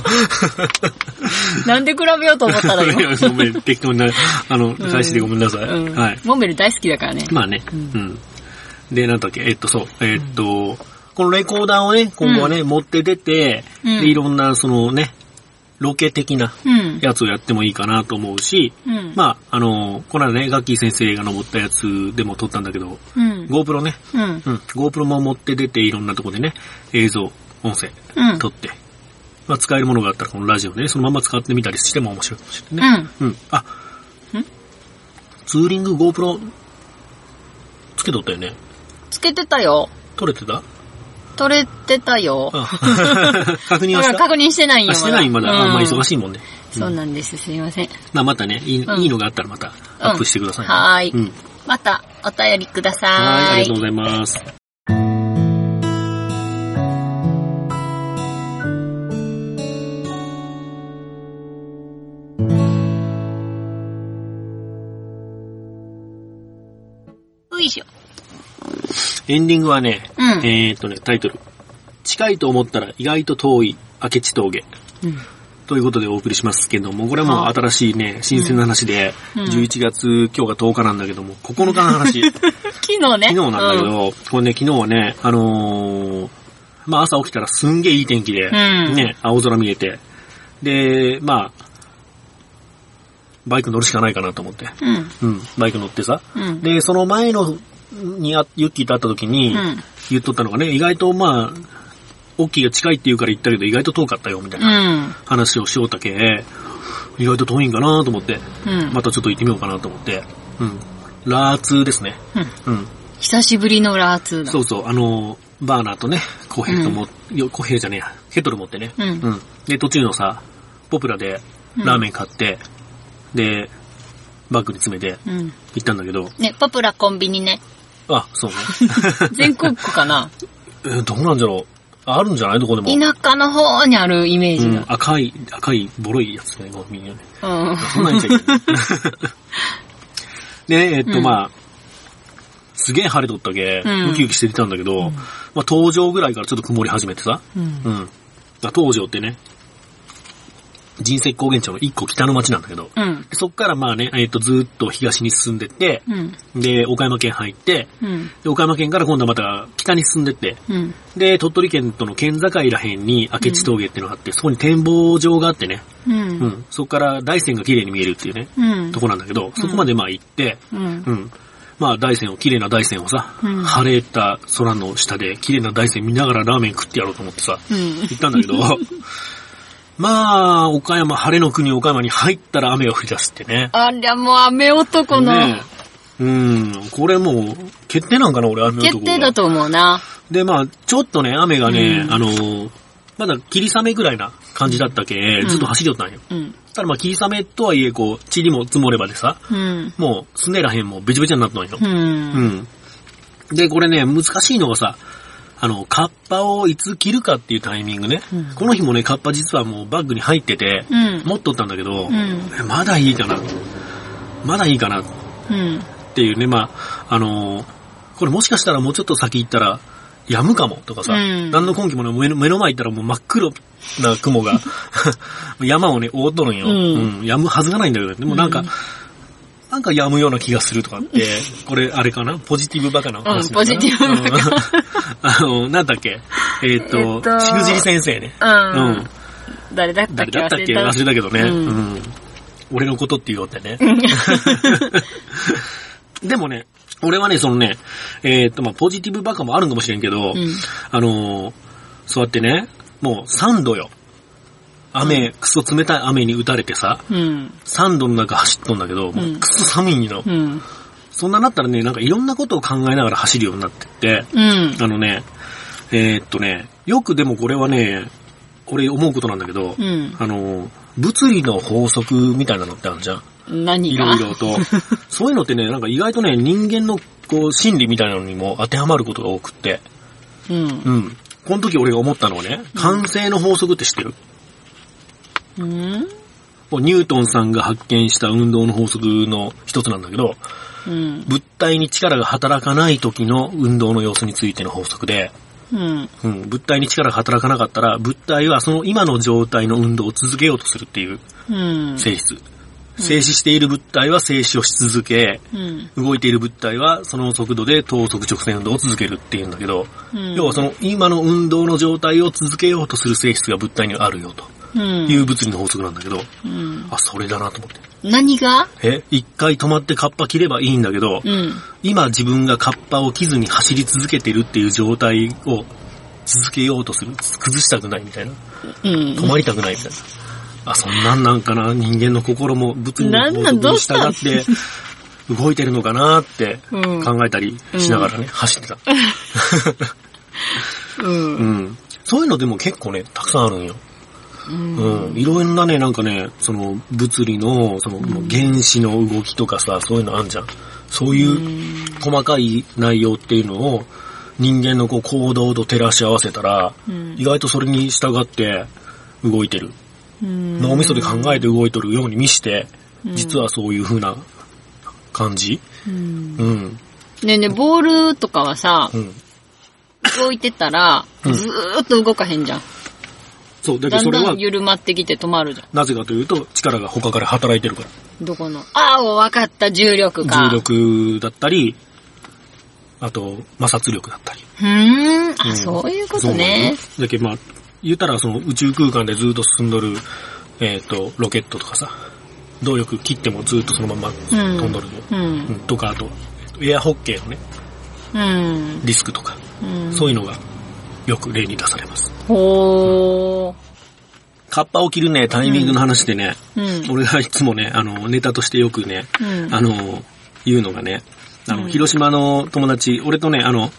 B: なんで比べようと思ったの
A: い
B: 今。
A: やごめん、適当にな、あの、返しでごめんなさい。
B: うん
A: はい。
B: モンベル大好きだからね。
A: まあね。
B: う
A: うんん。で、なんだっけ、えっと、そう、えっと、このレコーダーをね、今後はね、持って出て、
B: うん
A: でいろんな、そのね、ロケ的な
B: うん。
A: やつをやってもいいかなと思うし、
B: うん。
A: まあ、あの、この間ね、ガッキー先生が登ったやつでも撮ったんだけど、
B: うん。
A: GoPro ね、
B: うん。
A: うん、GoPro も持って出て、いろんなとこでね、映像、音声、
B: うん。
A: 撮って、まあ、使えるものがあったら、このラジオでね、そのまま使ってみたりしても面白いかもしれないね。
B: うん。
A: うん。あ、
B: ん
A: ツーリング GoPro、つけとったよね。
B: つけてたよ。
A: 取れてた
B: 取れてたよ。
A: あ 確認
B: だ
A: は
B: か
A: し
B: ら
A: た
B: 確認してないよ。
A: あ、してないまだ。あまあ、忙
B: い。
A: しいもんね。
B: そうなんです。すいません。
A: まあ、またね、いい,、
B: うん
A: いいのがあったらまたアップしてくださいね、
B: はーい
A: うん。
B: また、お便りくださ
A: はい、あ
B: い。
A: りがとうございます。
B: ういしょ。
A: エンディングはね、
B: うん
A: えーっとね、タイトル。近いと思ったら意外と遠い明智峠。
B: うん。
A: ということでお送りしますけども、これはもう
B: はい
A: 新しいね、新鮮な話で、
B: うん
A: 11月、今日が10日なんだけども、9日の 話。
B: 昨日
A: 昨
B: ね。
A: 日なんだけど、これね、昨日はね、あのーまあ朝起きたらすんげえいい天気で、
B: うん
A: ね、青空見えて、で、まあ、バイク乗るしかないかなと思って、
B: うん。うん。
A: うん、バイク乗ってさ、
B: うん。
A: で、その前の、にあ、ユッキーと会った時に
B: うん、。
A: 言っとったのがね、意外とまあ、オッキーが近いって言うから行ったけど、意外と遠かったよ、みたいうなん話をしようたけ、意外と遠いんかなと思って、
B: うん。
A: またちょっと行ってみようかなと思って、うん。ラーツですね。
B: うん
A: うん。
B: 久しぶりのラーツーだ。
A: そうそう、あの、バーナーとね、コヘルとも、よコヘルじゃねえや、ケトル持ってね。
B: うん
A: で、途中のさ、ポプラで
B: うん
A: ラーメン買って、で、バッグに詰めて
B: うん。
A: 行ったんだけど、
B: ね、ポプラコンビニ ね。
A: あ、そうね。
B: 全国区かな
A: えーどうなんじゃろう。あるんじゃないどこでも。
B: 田舎の方にあるイメー
A: う
B: ジ
A: ん
B: が。、
A: 赤い、赤い、ボロいやつね、ゴミね。
B: うん。
A: そんなんじ ゃいけないで、えっと、
B: うん
A: まあ、すげえ晴れとったけ、
B: うん
A: ウキウキしてたんだけど、まあ、登場ぐらいからちょっと曇り始めてさ、
B: うん。
A: うん。東条ってね、人石高原町の一個北の町なんだけど、
B: うん。
A: そっからまあね、えっ、と、ずーっと東に進んでって、
B: うん。
A: で、岡山県入って、
B: うん。
A: で、岡山県から今度はまた北に進んでって、
B: うん。
A: で、鳥取県との県境らへんに明智峠っていうのがあって、そこに展望場があってね、
B: う。
A: うんん、そこから大山が綺麗に見えるっていうね、
B: うん
A: と。こなんだけど、そこまでまあ行って、
B: うん。
A: うん。まあ大山を、綺麗な大山をさ、
B: うん
A: 晴れた空の下で綺麗な大山見ながらラーメン食ってやろうと思ってさ、
B: うん。
A: 行ったんだけ ど、まあ、岡山、晴れの国岡山に入ったら雨が降り出すってね。
B: ありゃもう雨男の、
A: ねえうん、これもう、決定なんかな、俺、雨のとこ
B: 決定だと思うな。
A: で、まあ、ちょっとね、雨がね、
B: うん
A: あのー、まだ霧雨ぐらいな感じだったけ、ずっと走りよったんよ。
B: うん。
A: ただまあ、霧雨とはいえ、こう、塵も積もればでさ、
B: うん。
A: もう、すねらへんもべちゃべちゃになったんよ
B: う。。
A: うんん。で、これね、難しいのがさ、あの、カッパをいつ着るかっていうタイミングね。
B: うん
A: この日もね、カッパ実はもうバッグに入ってて、
B: うん。
A: 持っとったんだけど、
B: うん。
A: えまだいいかな。まだいいかなっ
B: うん。
A: ていうね、まあ、あのーこれもしかしたらもうちょっと先行ったら、やむかもとかさ、
B: うん
A: 何の根拠もない目の目の前行ったらもう真っ黒な雲 が、山をね、覆っとるんよ、
B: うん
A: やむはずがないんだけど、でもなんか、
B: うん
A: なんかやむような気がするとか って、これあれかなポジティブバカな話なのかな
B: うんポジティブバカ
A: うんあの、なんだっけえーっ
B: えっ
A: と、
B: と
A: しくじり先生ね。
B: う
A: うん
B: ん。誰だったっ
A: 誰
B: け
A: だったっけ忘れたけどね、
B: う
A: うんん俺のことって言おうってね。 でもね、俺はね、そのね、えーっと、まあ、ポジティブバカもあるんかもしれんけど、
B: うん。
A: あのーそうやってね、もう3度よ。雨、クソ冷たい雨に打たれてさ、
B: うん。
A: 3度の中走っとんだけど、もううんクソ寒いんよ。
B: うん。
A: そんななったらね、なんかいろんなことを考えながら走るようになってって、
B: うん。
A: あのね、えーっとね、よくでもこれはね、俺思うことなんだけど、
B: うん。
A: あの、物理の法則みたいなのってあるじゃん。
B: 何
A: い
B: が
A: ろいろと。 そういうのってね、なんか意外とね、人間のこう、心理みたいなのにも当てはまることが多くって。
B: うん
A: う。ん。この時俺が思ったのはね、慣性の法則って知ってる、
B: うん。
A: こうニュートンさんが発見した運動の法則の一つなんだけど、
B: うん。
A: 物体に力が働かない時の運動の様子についての法則で、
B: うん。
A: うん、物体に力が働かなかったら、物体はその今の状態の運動を続けようとするっていう
B: うん。
A: 性質。静止している物体は静止をし続け、
B: うん。
A: 動いている物体はその速度で等速直線運動を続けるっていうんだけど、
B: うん。
A: 要はその今の運動の状態を続けようとする性質が物体にはあるよと
B: うん
A: いう物理の法則なんだけど、
B: うん。
A: あ、それだなと思って。
B: 何が
A: え、一回止まってカッパ切ればいいんだけど、
B: うん。
A: 今自分がカッパを切ずに走り続けてるっていう状態を続けようとする。崩したくないみたいな。
B: うん。
A: 止まりたくないみたいな。あ、そんなんなんかな人間の心も物理
B: なん
A: の法
B: なん
A: 則
B: どう
A: に
B: したの
A: 従って動いてるのかなって
B: うん
A: 考えたりしながらね、走 ってた。
B: うん。
A: うん。そういうのでも結構ね、たくさんあるんよ。
B: う
A: うん。
B: ん。
A: いろんなね、なんかね、その物理の、そのもう原子の動きとかさ、そういうのあんじゃん。そう
B: う。
A: いうん細かい内容っていうのを、人間のこう行動と照らし合わせたら、
B: うん
A: 意外とそれに従って動いてる。脳みそで考えて動いとるように見して、
B: うん
A: 実はそういう風な感じ
B: うん
A: うん。
B: ねえねえ、ボールとかはさ
A: う、ん。
B: 動いてたら、
A: うん
B: ずーっと動かへんじゃん。
A: そう、だけど
B: だ
A: そ
B: ん
A: れ
B: だ
A: は
B: ん、緩まってきて止まるじゃ
A: なぜかというと、力が他から働いてるから。
B: ん。どこの。ああ、わかった、重力か。
A: 重。力だったり、あと、摩擦力だったり。
B: うーん。あ、
A: ん
B: そういうことね。。
A: そうなのだけど、まあ、言ったら、その宇宙空間でずっと進んどる、えっ、と、ロケットとかさ、動力切ってもずっとそのまま飛んどるよ。う
B: う
A: ん
B: ん。
A: とか、あと、えっとエアホッケーのね、
B: うん。
A: リスクとか、
B: うん。
A: そう
B: い
A: いうのがよく例に出されます。
B: う。ほー。
A: カッパを着るね、タイミングの話でね、
B: うん。
A: 俺がいつもね、あの、ネタとしてよくね、
B: うん
A: あの、言うのがね、あの、
B: うん
A: 広島の友達、俺とね、あの、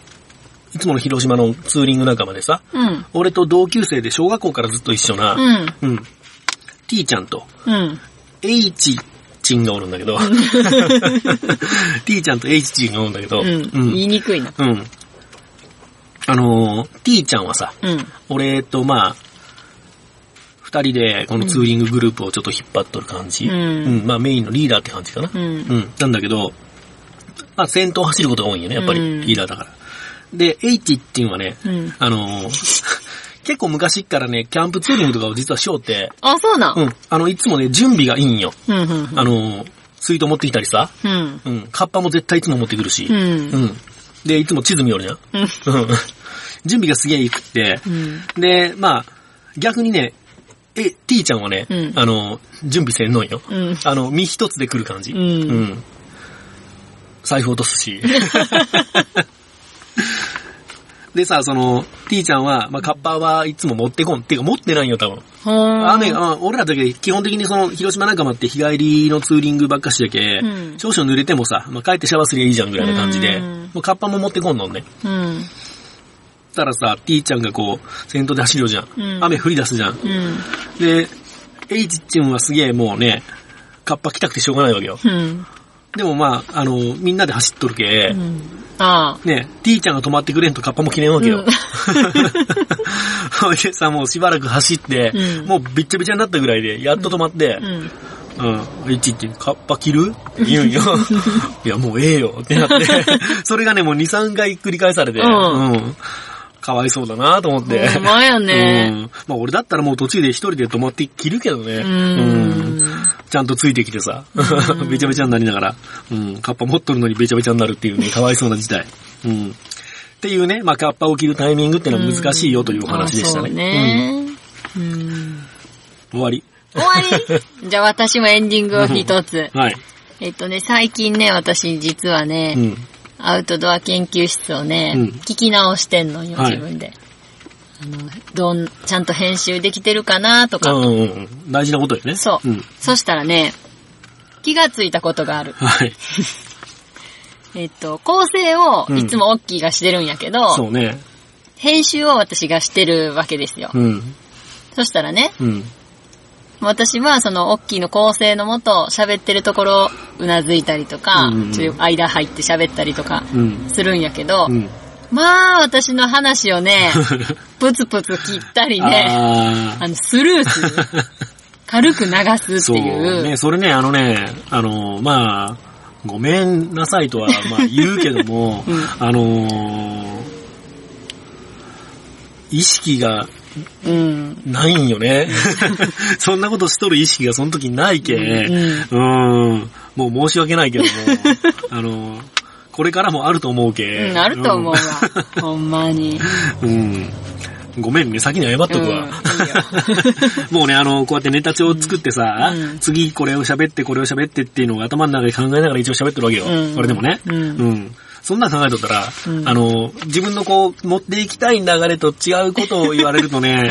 A: いつもの広島のツーリング仲間でさ、
B: うん。
A: 俺と同級生で小学校からずっと一緒な、
B: うん。
A: うん、T ちゃんと、
B: うん。
A: H ちんがおるんだ けど、T ちゃんと H ちんがおるんだけど、
B: うん。言いにくいな。
A: うんあの、T ちゃんはさ、
B: うん。
A: 俺とまあ、二人でこのツーリンググループをちょっと引っ張っとる感じ。
B: うん
A: まあメインのリーダーって感じかな。
B: うん
A: う。ん、なんだけど、まあ先頭走ることが多いんよね、やっぱ
B: う
A: り、
B: ん
A: リーダーだから。で、H っていうのはね、
B: うん。
A: あの ー結構昔っからね、キャンプツーリングとかを実はしようって、
B: あ、そうなん。
A: うん、あの、いつもね、準備がいいんよ。
B: うん。うん。
A: あのー水筒持ってきたりさ、
B: うん。
A: うん、カッパも絶対いつも持ってくるし、
B: う。
A: うんん。で、いつも地図見よるじゃん。
B: うん。
A: うん 準備がすげえいいくって、
B: うん。
A: で、まあ、逆にね、え、T ちゃんはね、
B: うん
A: あの、準備せんのんよ。
B: うん。
A: あの、身一つで来る感じ。
B: うん
A: うん財布落とす し。でさ、その、T ちゃんは、まあ、カッパーはいつも持ってこん。っていうか持ってないよ、多分。
B: ほーん。
A: 雨が、まあ俺らだけ基本的にその、広島仲間って日帰りのツーリングばっかしだけ、
B: うん
A: 少々濡れてもさ、まあ、帰ってシャワーすりゃいいじゃんぐらいな感じで、
B: うん
A: もうカッパも持ってこんのね。
B: うん。
A: たらさ、T ちゃんがこう、先頭で走るじゃん。
B: うん
A: 雨降り出すじゃん。
B: うん。
A: で、H ちゃんはすげえもうね、カッパ来たくてしょうがないわけよ。
B: うん。
A: でもまあ、あの、みんなで走っとるけ、
B: うん。ああ。
A: ね、T ちゃんが止まってくれんとカッパも着れんわけよ
B: うん。
A: ほ、いでさ、もうしばらく走って、
B: うん
A: もうびっちゃびちゃになったぐらいで、やっと止まって
B: う、ん。
A: うん、いちいちカッパ着るって言うん よ。いや、もうええよってなって、それがね、もう2、3回繰り返されて、う、
B: うんん
A: かわいそうだなと思って。
B: ほんまや
A: う
B: ね。
A: ん。まあ俺だったらもう途中で一人で止まって着るけどね。
B: う
A: うん
B: ん。
A: ちゃんとついてきてさ、
B: う ん
A: べちゃべちゃになりながら、うん、カッパ持っとるのにべちゃべちゃになるっていうね、かわいそうな事態。うん。っていうね、まあ、カッパを着るタイミングっていうのは難しいよというお話でしたね。
B: あそうね。うん。
A: うん。終わり。
B: 終わり じゃあ私もエンディングを一つ。
A: はい。
B: えっとね、最近ね、私実はね、
A: うん。
B: アウトドア研究室をね、
A: うん
B: 聞き直してんのよ、
A: はい
B: 自分で。あの、どん、ちゃんと編集できてるかなとか。
A: うんうんうん。大事なことよね。
B: そう、
A: うん。
B: そしたらね、気がついたことがある。
A: はい。
B: えっと、構成を
A: うん
B: いつもオッキーがしてるんやけど、
A: そうね。
B: 編集を私がしてるわけですよ。
A: うん。
B: そしたらね、
A: うん。
B: 私はそのオッキーの構成のもと喋ってるところうなずいたりとか、
A: うんうん
B: ちょい間入って喋ったりとか
A: うん。
B: するんやけど、
A: うん。
B: まあ私の話 をね、プツプツ切ったりね、
A: あ
B: あの、スルーする。 軽く流す
A: そ
B: っ
A: う
B: ていう。
A: ね、それね、あのね、あの、まあ、ごめんなさいとは、まあ言うけども、
B: うん
A: あの意識が
B: うん。
A: ないんよね。 そんなことしとる意識がその時ないけ、う、
B: うん
A: ん、もう申し訳ない けども、あの、これからもあると思うけ。
B: うん、あると思うわ。ほんまに。
A: うん。ごめんね、先に謝っとくわ。 もうね、あの、こうやってネタ帳を作ってさ、
B: うん
A: 次これを喋って、これを喋ってっていうのを頭の中で考えながら一応喋ってるわけよ。
B: うん
A: これでもね。
B: うん
A: そんなん考えとったら、
B: うん
A: あの、自分のこう、持っていきたい流れと違うことを言われるとね、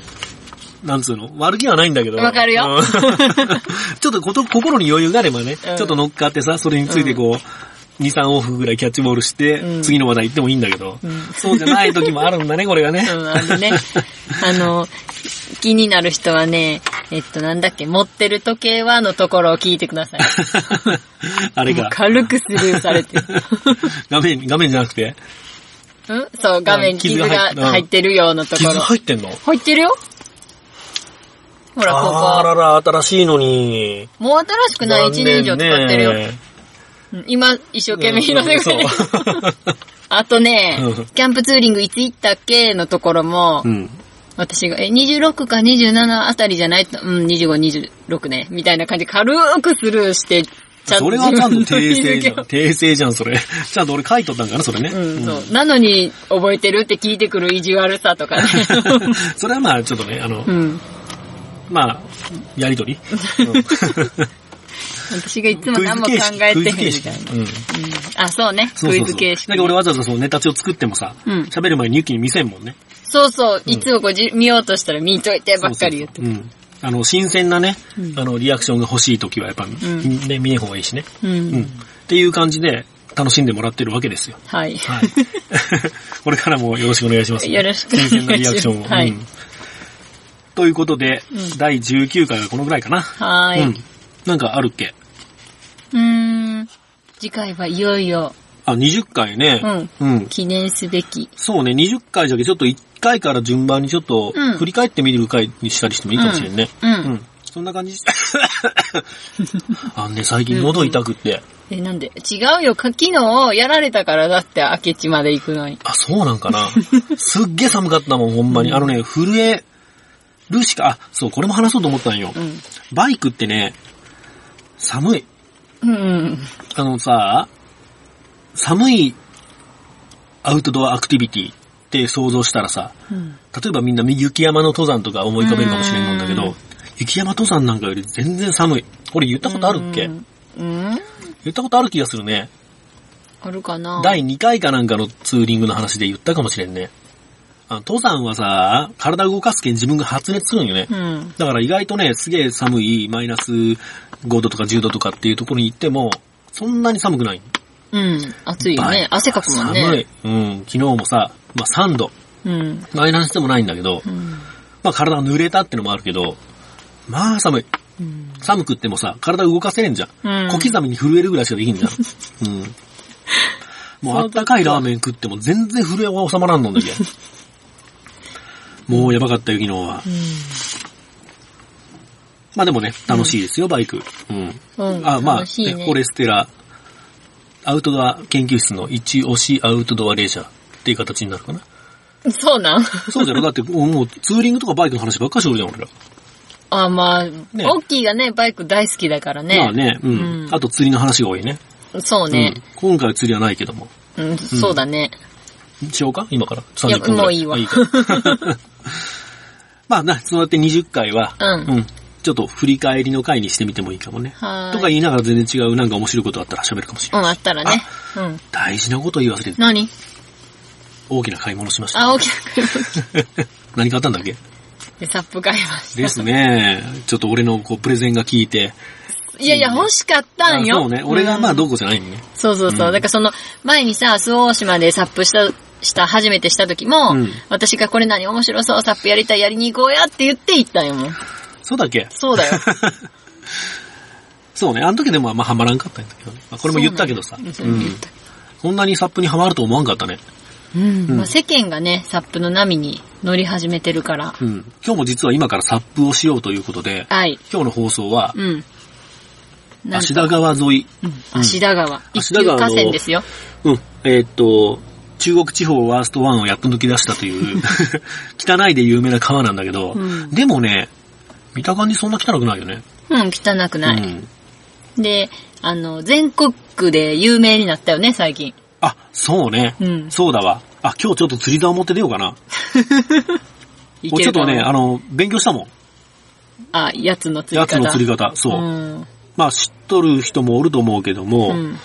A: なんつうの悪気はないんだけど。
B: わかる
A: うん
B: よ
A: ちょっとこと心に余裕があればね、
B: うん
A: ちょっと乗っかってさ、それについてこう、2、3往復ぐらいキャッチボールして、
B: うん
A: 次の話題行ってもいいんだけど、
B: うん
A: そうじゃない時もあるんだね、これがね。
B: うん。うん、あの ね、あの、気になる人はね、えっと、なんだっけ、持ってる時計はのところを聞いてください。
A: あれ
B: もう
A: が。
B: 軽くスルーされてる。
A: 画面、画面じゃなくて、
B: うんそう、画面に傷が入ってるようなとこ
A: 傷
B: ろ。
A: 入ってんの
B: 入ってるよほら、こ
A: あ
B: こ。
A: らら、新しいのに。
B: もう新しくない1年以上使ってるよ。
A: 残念ね
B: うん今、一生懸命拾ってくれる。
A: うんそう
B: あとね
A: うん、
B: キャンプツーリングいつ行ったっけのところも、
A: うん。
B: 私が、え、26か27あたりじゃないと、うん、25、26ね、みたいな感じで軽くスルーして、ちゃ
A: それはちゃんと訂正 じゃん。
B: 自分の
A: 訂正じゃん、それ。ちゃんと俺書いとったんかな、それね。
B: うん、そう。なのに、覚えてるって聞いてくる意地悪さ とかね。
A: それはまあ、ちょっとね、あの
B: う、ん。
A: まあ、やりとり。
B: 私がいつも何も考えてへんみ
A: クイズ
B: た
A: 形
B: いな。
A: 式
B: うん
A: うん
B: あ、そうね。
A: そうそうそう
B: クイズ形式
A: だけ。ど俺わざわざそのネタ帳作ってもさ、
B: うん
A: 喋る前にユキに見せんもんね。
B: そうそう。いつもこうじ見ようとしたら見といてばっかり言っ
A: そ
B: て
A: うそうそううん。あの、新鮮なね、
B: うん
A: あの、リアクションが欲しい時はやっぱ、
B: ん
A: ね、見えん方がいいしね。
B: う
A: うん。っ
B: ん。
A: ていう感じで楽しんでもらってるわけですよ。
B: はい。
A: はい。 これからもよろしくお願いします、
B: よろしくお願
A: 新
B: いしま
A: 鮮
B: す
A: なリアクションを。
B: はい
A: うんということで、
B: うん
A: 第19回はこのぐらいかな。
B: はー
A: う
B: い。
A: ん。なんかあるっけ
B: うーん。次回はいよいよ
A: あ、20回ね。うん。
B: 記念すべき。
A: そうね、20回じゃけどちょっと1回から順番にちょっと
B: うん
A: 振り返ってみる回にしたりしてもいいかもしれんね。
B: う
A: うん
B: ん。。
A: そんな感じ あのね、最近喉痛くって。
B: え、なんで違うよ。か昨日やられたからだって明智まで行くのに。
A: あ、そうなんかな。すっげえ寒かったもん、ほんま に。あのね、震えるしか、あ、そう、これも話そうと思ったんよ。
B: うん。
A: バイクってね、寒い。
B: うん。
A: あのさ、寒いアウトドアアクティビティって想像したらさ、
B: うん。
A: 例えばみんな雪山の登山とか思い浮かべるかもしれないんだけ
B: う
A: ど
B: ん、
A: 雪山登山なんかより全然寒い。これ言ったことあるっけ
B: うん。うん
A: 言ったことある気がするね。
B: あるかな
A: 第2回かなんかのツーリングの話で言ったかもしれんね。あの登山はさ、体動かすけん自分が発熱するんよね。
B: うん。
A: だから意外とね、すげえ寒い、マイナス5度とか10度とかっていうところに行っても、そんなに寒くない。
B: うん。暑いよ
A: 倍
B: ね。汗かくもんね。
A: 寒い。うん、昨日もさ、まあ3度。
B: うん。
A: マイナスでもないんだけど
B: う、ん。
A: まあ体が濡れたってのもあるけど、まあ寒い。
B: うん。
A: 寒くってもさ、体動かせねえんじゃん。
B: うん
A: 小刻みに震えるぐらいしかでき んじゃん。うん。もうあったかいラーメン食っても全然震えは収まらんのんだけど。もうやばかったよ、昨日は。まあでもね、楽しいですよ、バイク。うん。
B: うん。
A: あ、まあ、
B: 楽しい
A: ね
B: ね
A: フォレステラ、アウトドア研究室の一押しアウトドアレジャーっていう形になるかな。
B: そうなん
A: そう じゃろだってもうツーリングとかバイクの話ばっかりしおるじゃん、俺ら。
B: あ、まあ、オッキーがね、バイク大好きだからね。
A: まあね、うん。
B: うん
A: あと釣りの話が多いね。
B: そうね
A: う。ん。今回は釣りはないけども。
B: うん、そうだね。
A: しようか今から。30分ぐらい。
B: もういいわ
A: あか まあな、そうやって20回は、
B: うん
A: ちょっと振り返りの回にしてみてもいいかもね。
B: はーい
A: とか言いながら全然違うなんか面白いことあったら喋るかもしれ
B: う
A: ない。
B: ん、あったらね。うん。
A: 大事なこと言い忘れて、
B: 何
A: 大きな買い物しました。
B: あ、大きな車
A: 何買ったんだっけ
B: でサップ買いまし
A: です ね。ちょっと俺のこうプレゼンが効いて。
B: た。いやいや、欲しかったんよ。
A: あそうね。俺がまあ
B: うん
A: どうこうじゃないのね。
B: そうそうそう。だからその、前にさ、周防大島でサップした、した、初めてした時も、
A: うん
B: 私がこれ何面白そう、サップやりたい、やりに行こうやって言って行ったんよ、もう。
A: そうだっけ
B: そうだよ。
A: そうね。あの時でもまあハマらんかったんだけどね。まあ、 これも言ったけどさ。
B: うん
A: うん
B: 言った
A: そんなにサップにハマると思わんかったね。
B: うん。
A: うん
B: まあ、世間がね、サップの波に乗り始めてるから。
A: うん。今日も実は今からサップをしようということで、
B: はい。
A: 今日の放送は
B: う、ん。なんと
A: 芦田川沿い。
B: うん芦田川。一
A: 芦田
B: 級
A: 川
B: 河
A: の
B: 川ですよ。
A: うん。えーっと、中国地方ワースト1をやっと抜き出したと いう、汚いで有名な川なんだけど、
B: うん
A: でもね、見た感じそんな汚くないよね。
B: うん、汚くない。
A: うん。
B: で、あの、全国区で有名になったよね、最近。
A: あ、そうね。
B: うん
A: そうだわ。あ、今日ちょっと釣り竿持って出ようかな。もう
B: いけ
A: ちょ
B: る
A: っ
B: か
A: と
B: な
A: ね、あの、勉強したもん。
B: あ、やつの釣
A: や
B: り
A: つ
B: 方。
A: の釣り方。そう。
B: うん。
A: まあ、知っとる人もおると思うけども、
B: うん。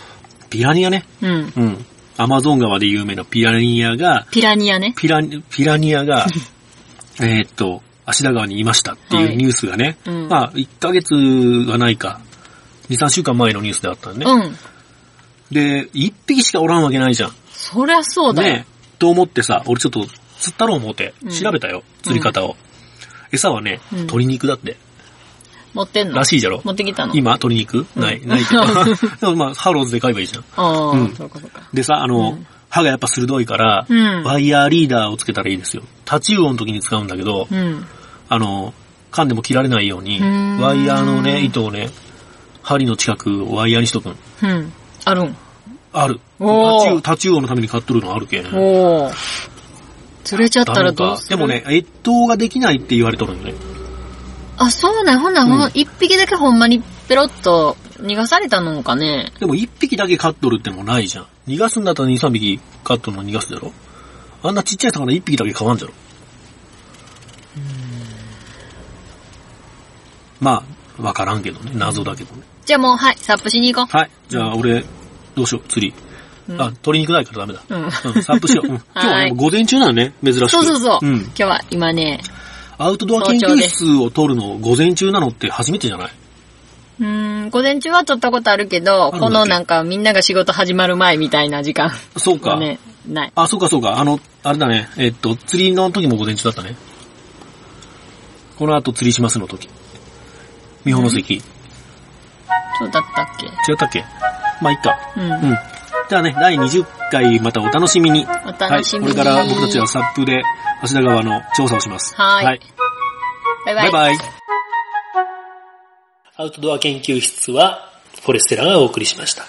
A: ピラニアね。
B: うん。
A: うん。アマゾン川で有名なピラニアが、
B: ピラニアね。
A: ピラニ、ピラニア が、えーっと、芦田川にいましたっていうニュースがね、
B: はいうん
A: まあ、1ヶ月がないか、2、3週間前のニュースであったんね。
B: うん。
A: で、1匹しかおらんわけないじゃん。
B: そりゃそうだよ。
A: ねえと思ってさ、俺ちょっと釣ったろう思って
B: うん、
A: 調べたよ、釣り方を。餌はね、
B: うん
A: 鶏肉だって。
B: 持ってんの
A: らしいじゃろ。
B: 持ってきたの
A: 今、鶏肉
B: うん
A: ない、ないけど。 でもまあ、ハローズで買えばいいじゃん。
B: ああ、
A: うん
B: そうかそうか。
A: でさ、あの、
B: うん
A: 歯がやっぱ鋭いから、
B: うん
A: ワイヤーリーダーをつけたらいいですよ。タチウオの時に使うんだけど、
B: うん。
A: あの、噛んでも切られないように、
B: うーん
A: ワイヤーのね、糸をね、針の近くをワイヤーにしとくん。
B: うん。あるん。
A: ある。タ
B: おー
A: チウオ、タチウオのために買っとるのあるけん。
B: おお。釣れちゃった
A: だ
B: らど
A: ろ
B: う
A: うか
B: す
A: で
B: る
A: も。ね、越冬ができないって言われとるのね。
B: あ、そうなん、ほんな
A: うん
B: ら、一匹だけほんまにペロッと逃がされたのかね。
A: でも一匹だけ飼っとるってもないじゃん。逃がすんだったら二三匹飼っとるの逃がすだろあんなちっちゃい魚一匹だけ飼わんじゃろまあ、わからんけどね。謎だけどね。
B: じゃあもう、はい、サップしに行こ
A: はい。じゃあ俺、どうしよう、釣り。
B: う。うん
A: あ、鶏肉ないからダメだ。
B: うん。
A: うん、散歩しよう。うん、今日は
B: は
A: ね
B: い
A: 午前中なのね、珍しく。
B: そうそうそう。
A: ん
B: 今。日は今ね、
A: アウトドア研究室を取るの午前中なのって初めてじゃないう
B: ーん、午前中は撮ったことあるけど、
A: あるんだっけ
B: このなんかみんなが仕事始まる前みたいな時間
A: そうか。
B: はね、ない。
A: あ、そうかそうか。あの、あれだね。えっと、釣りの時も午前中だったね。この後釣りしますの時。三保の関。違っ
B: そうだったっけ
A: たっけまあ、いっか。
B: うん。
A: うん。じゃあね、第20回またお楽しみに。
B: お楽しみに
A: はい。これから僕たちはサップで、芦田川の調査をします。
B: はいバイバイ。
A: バイバイ。アウトドア研究室は、フォレステラがお送りしました。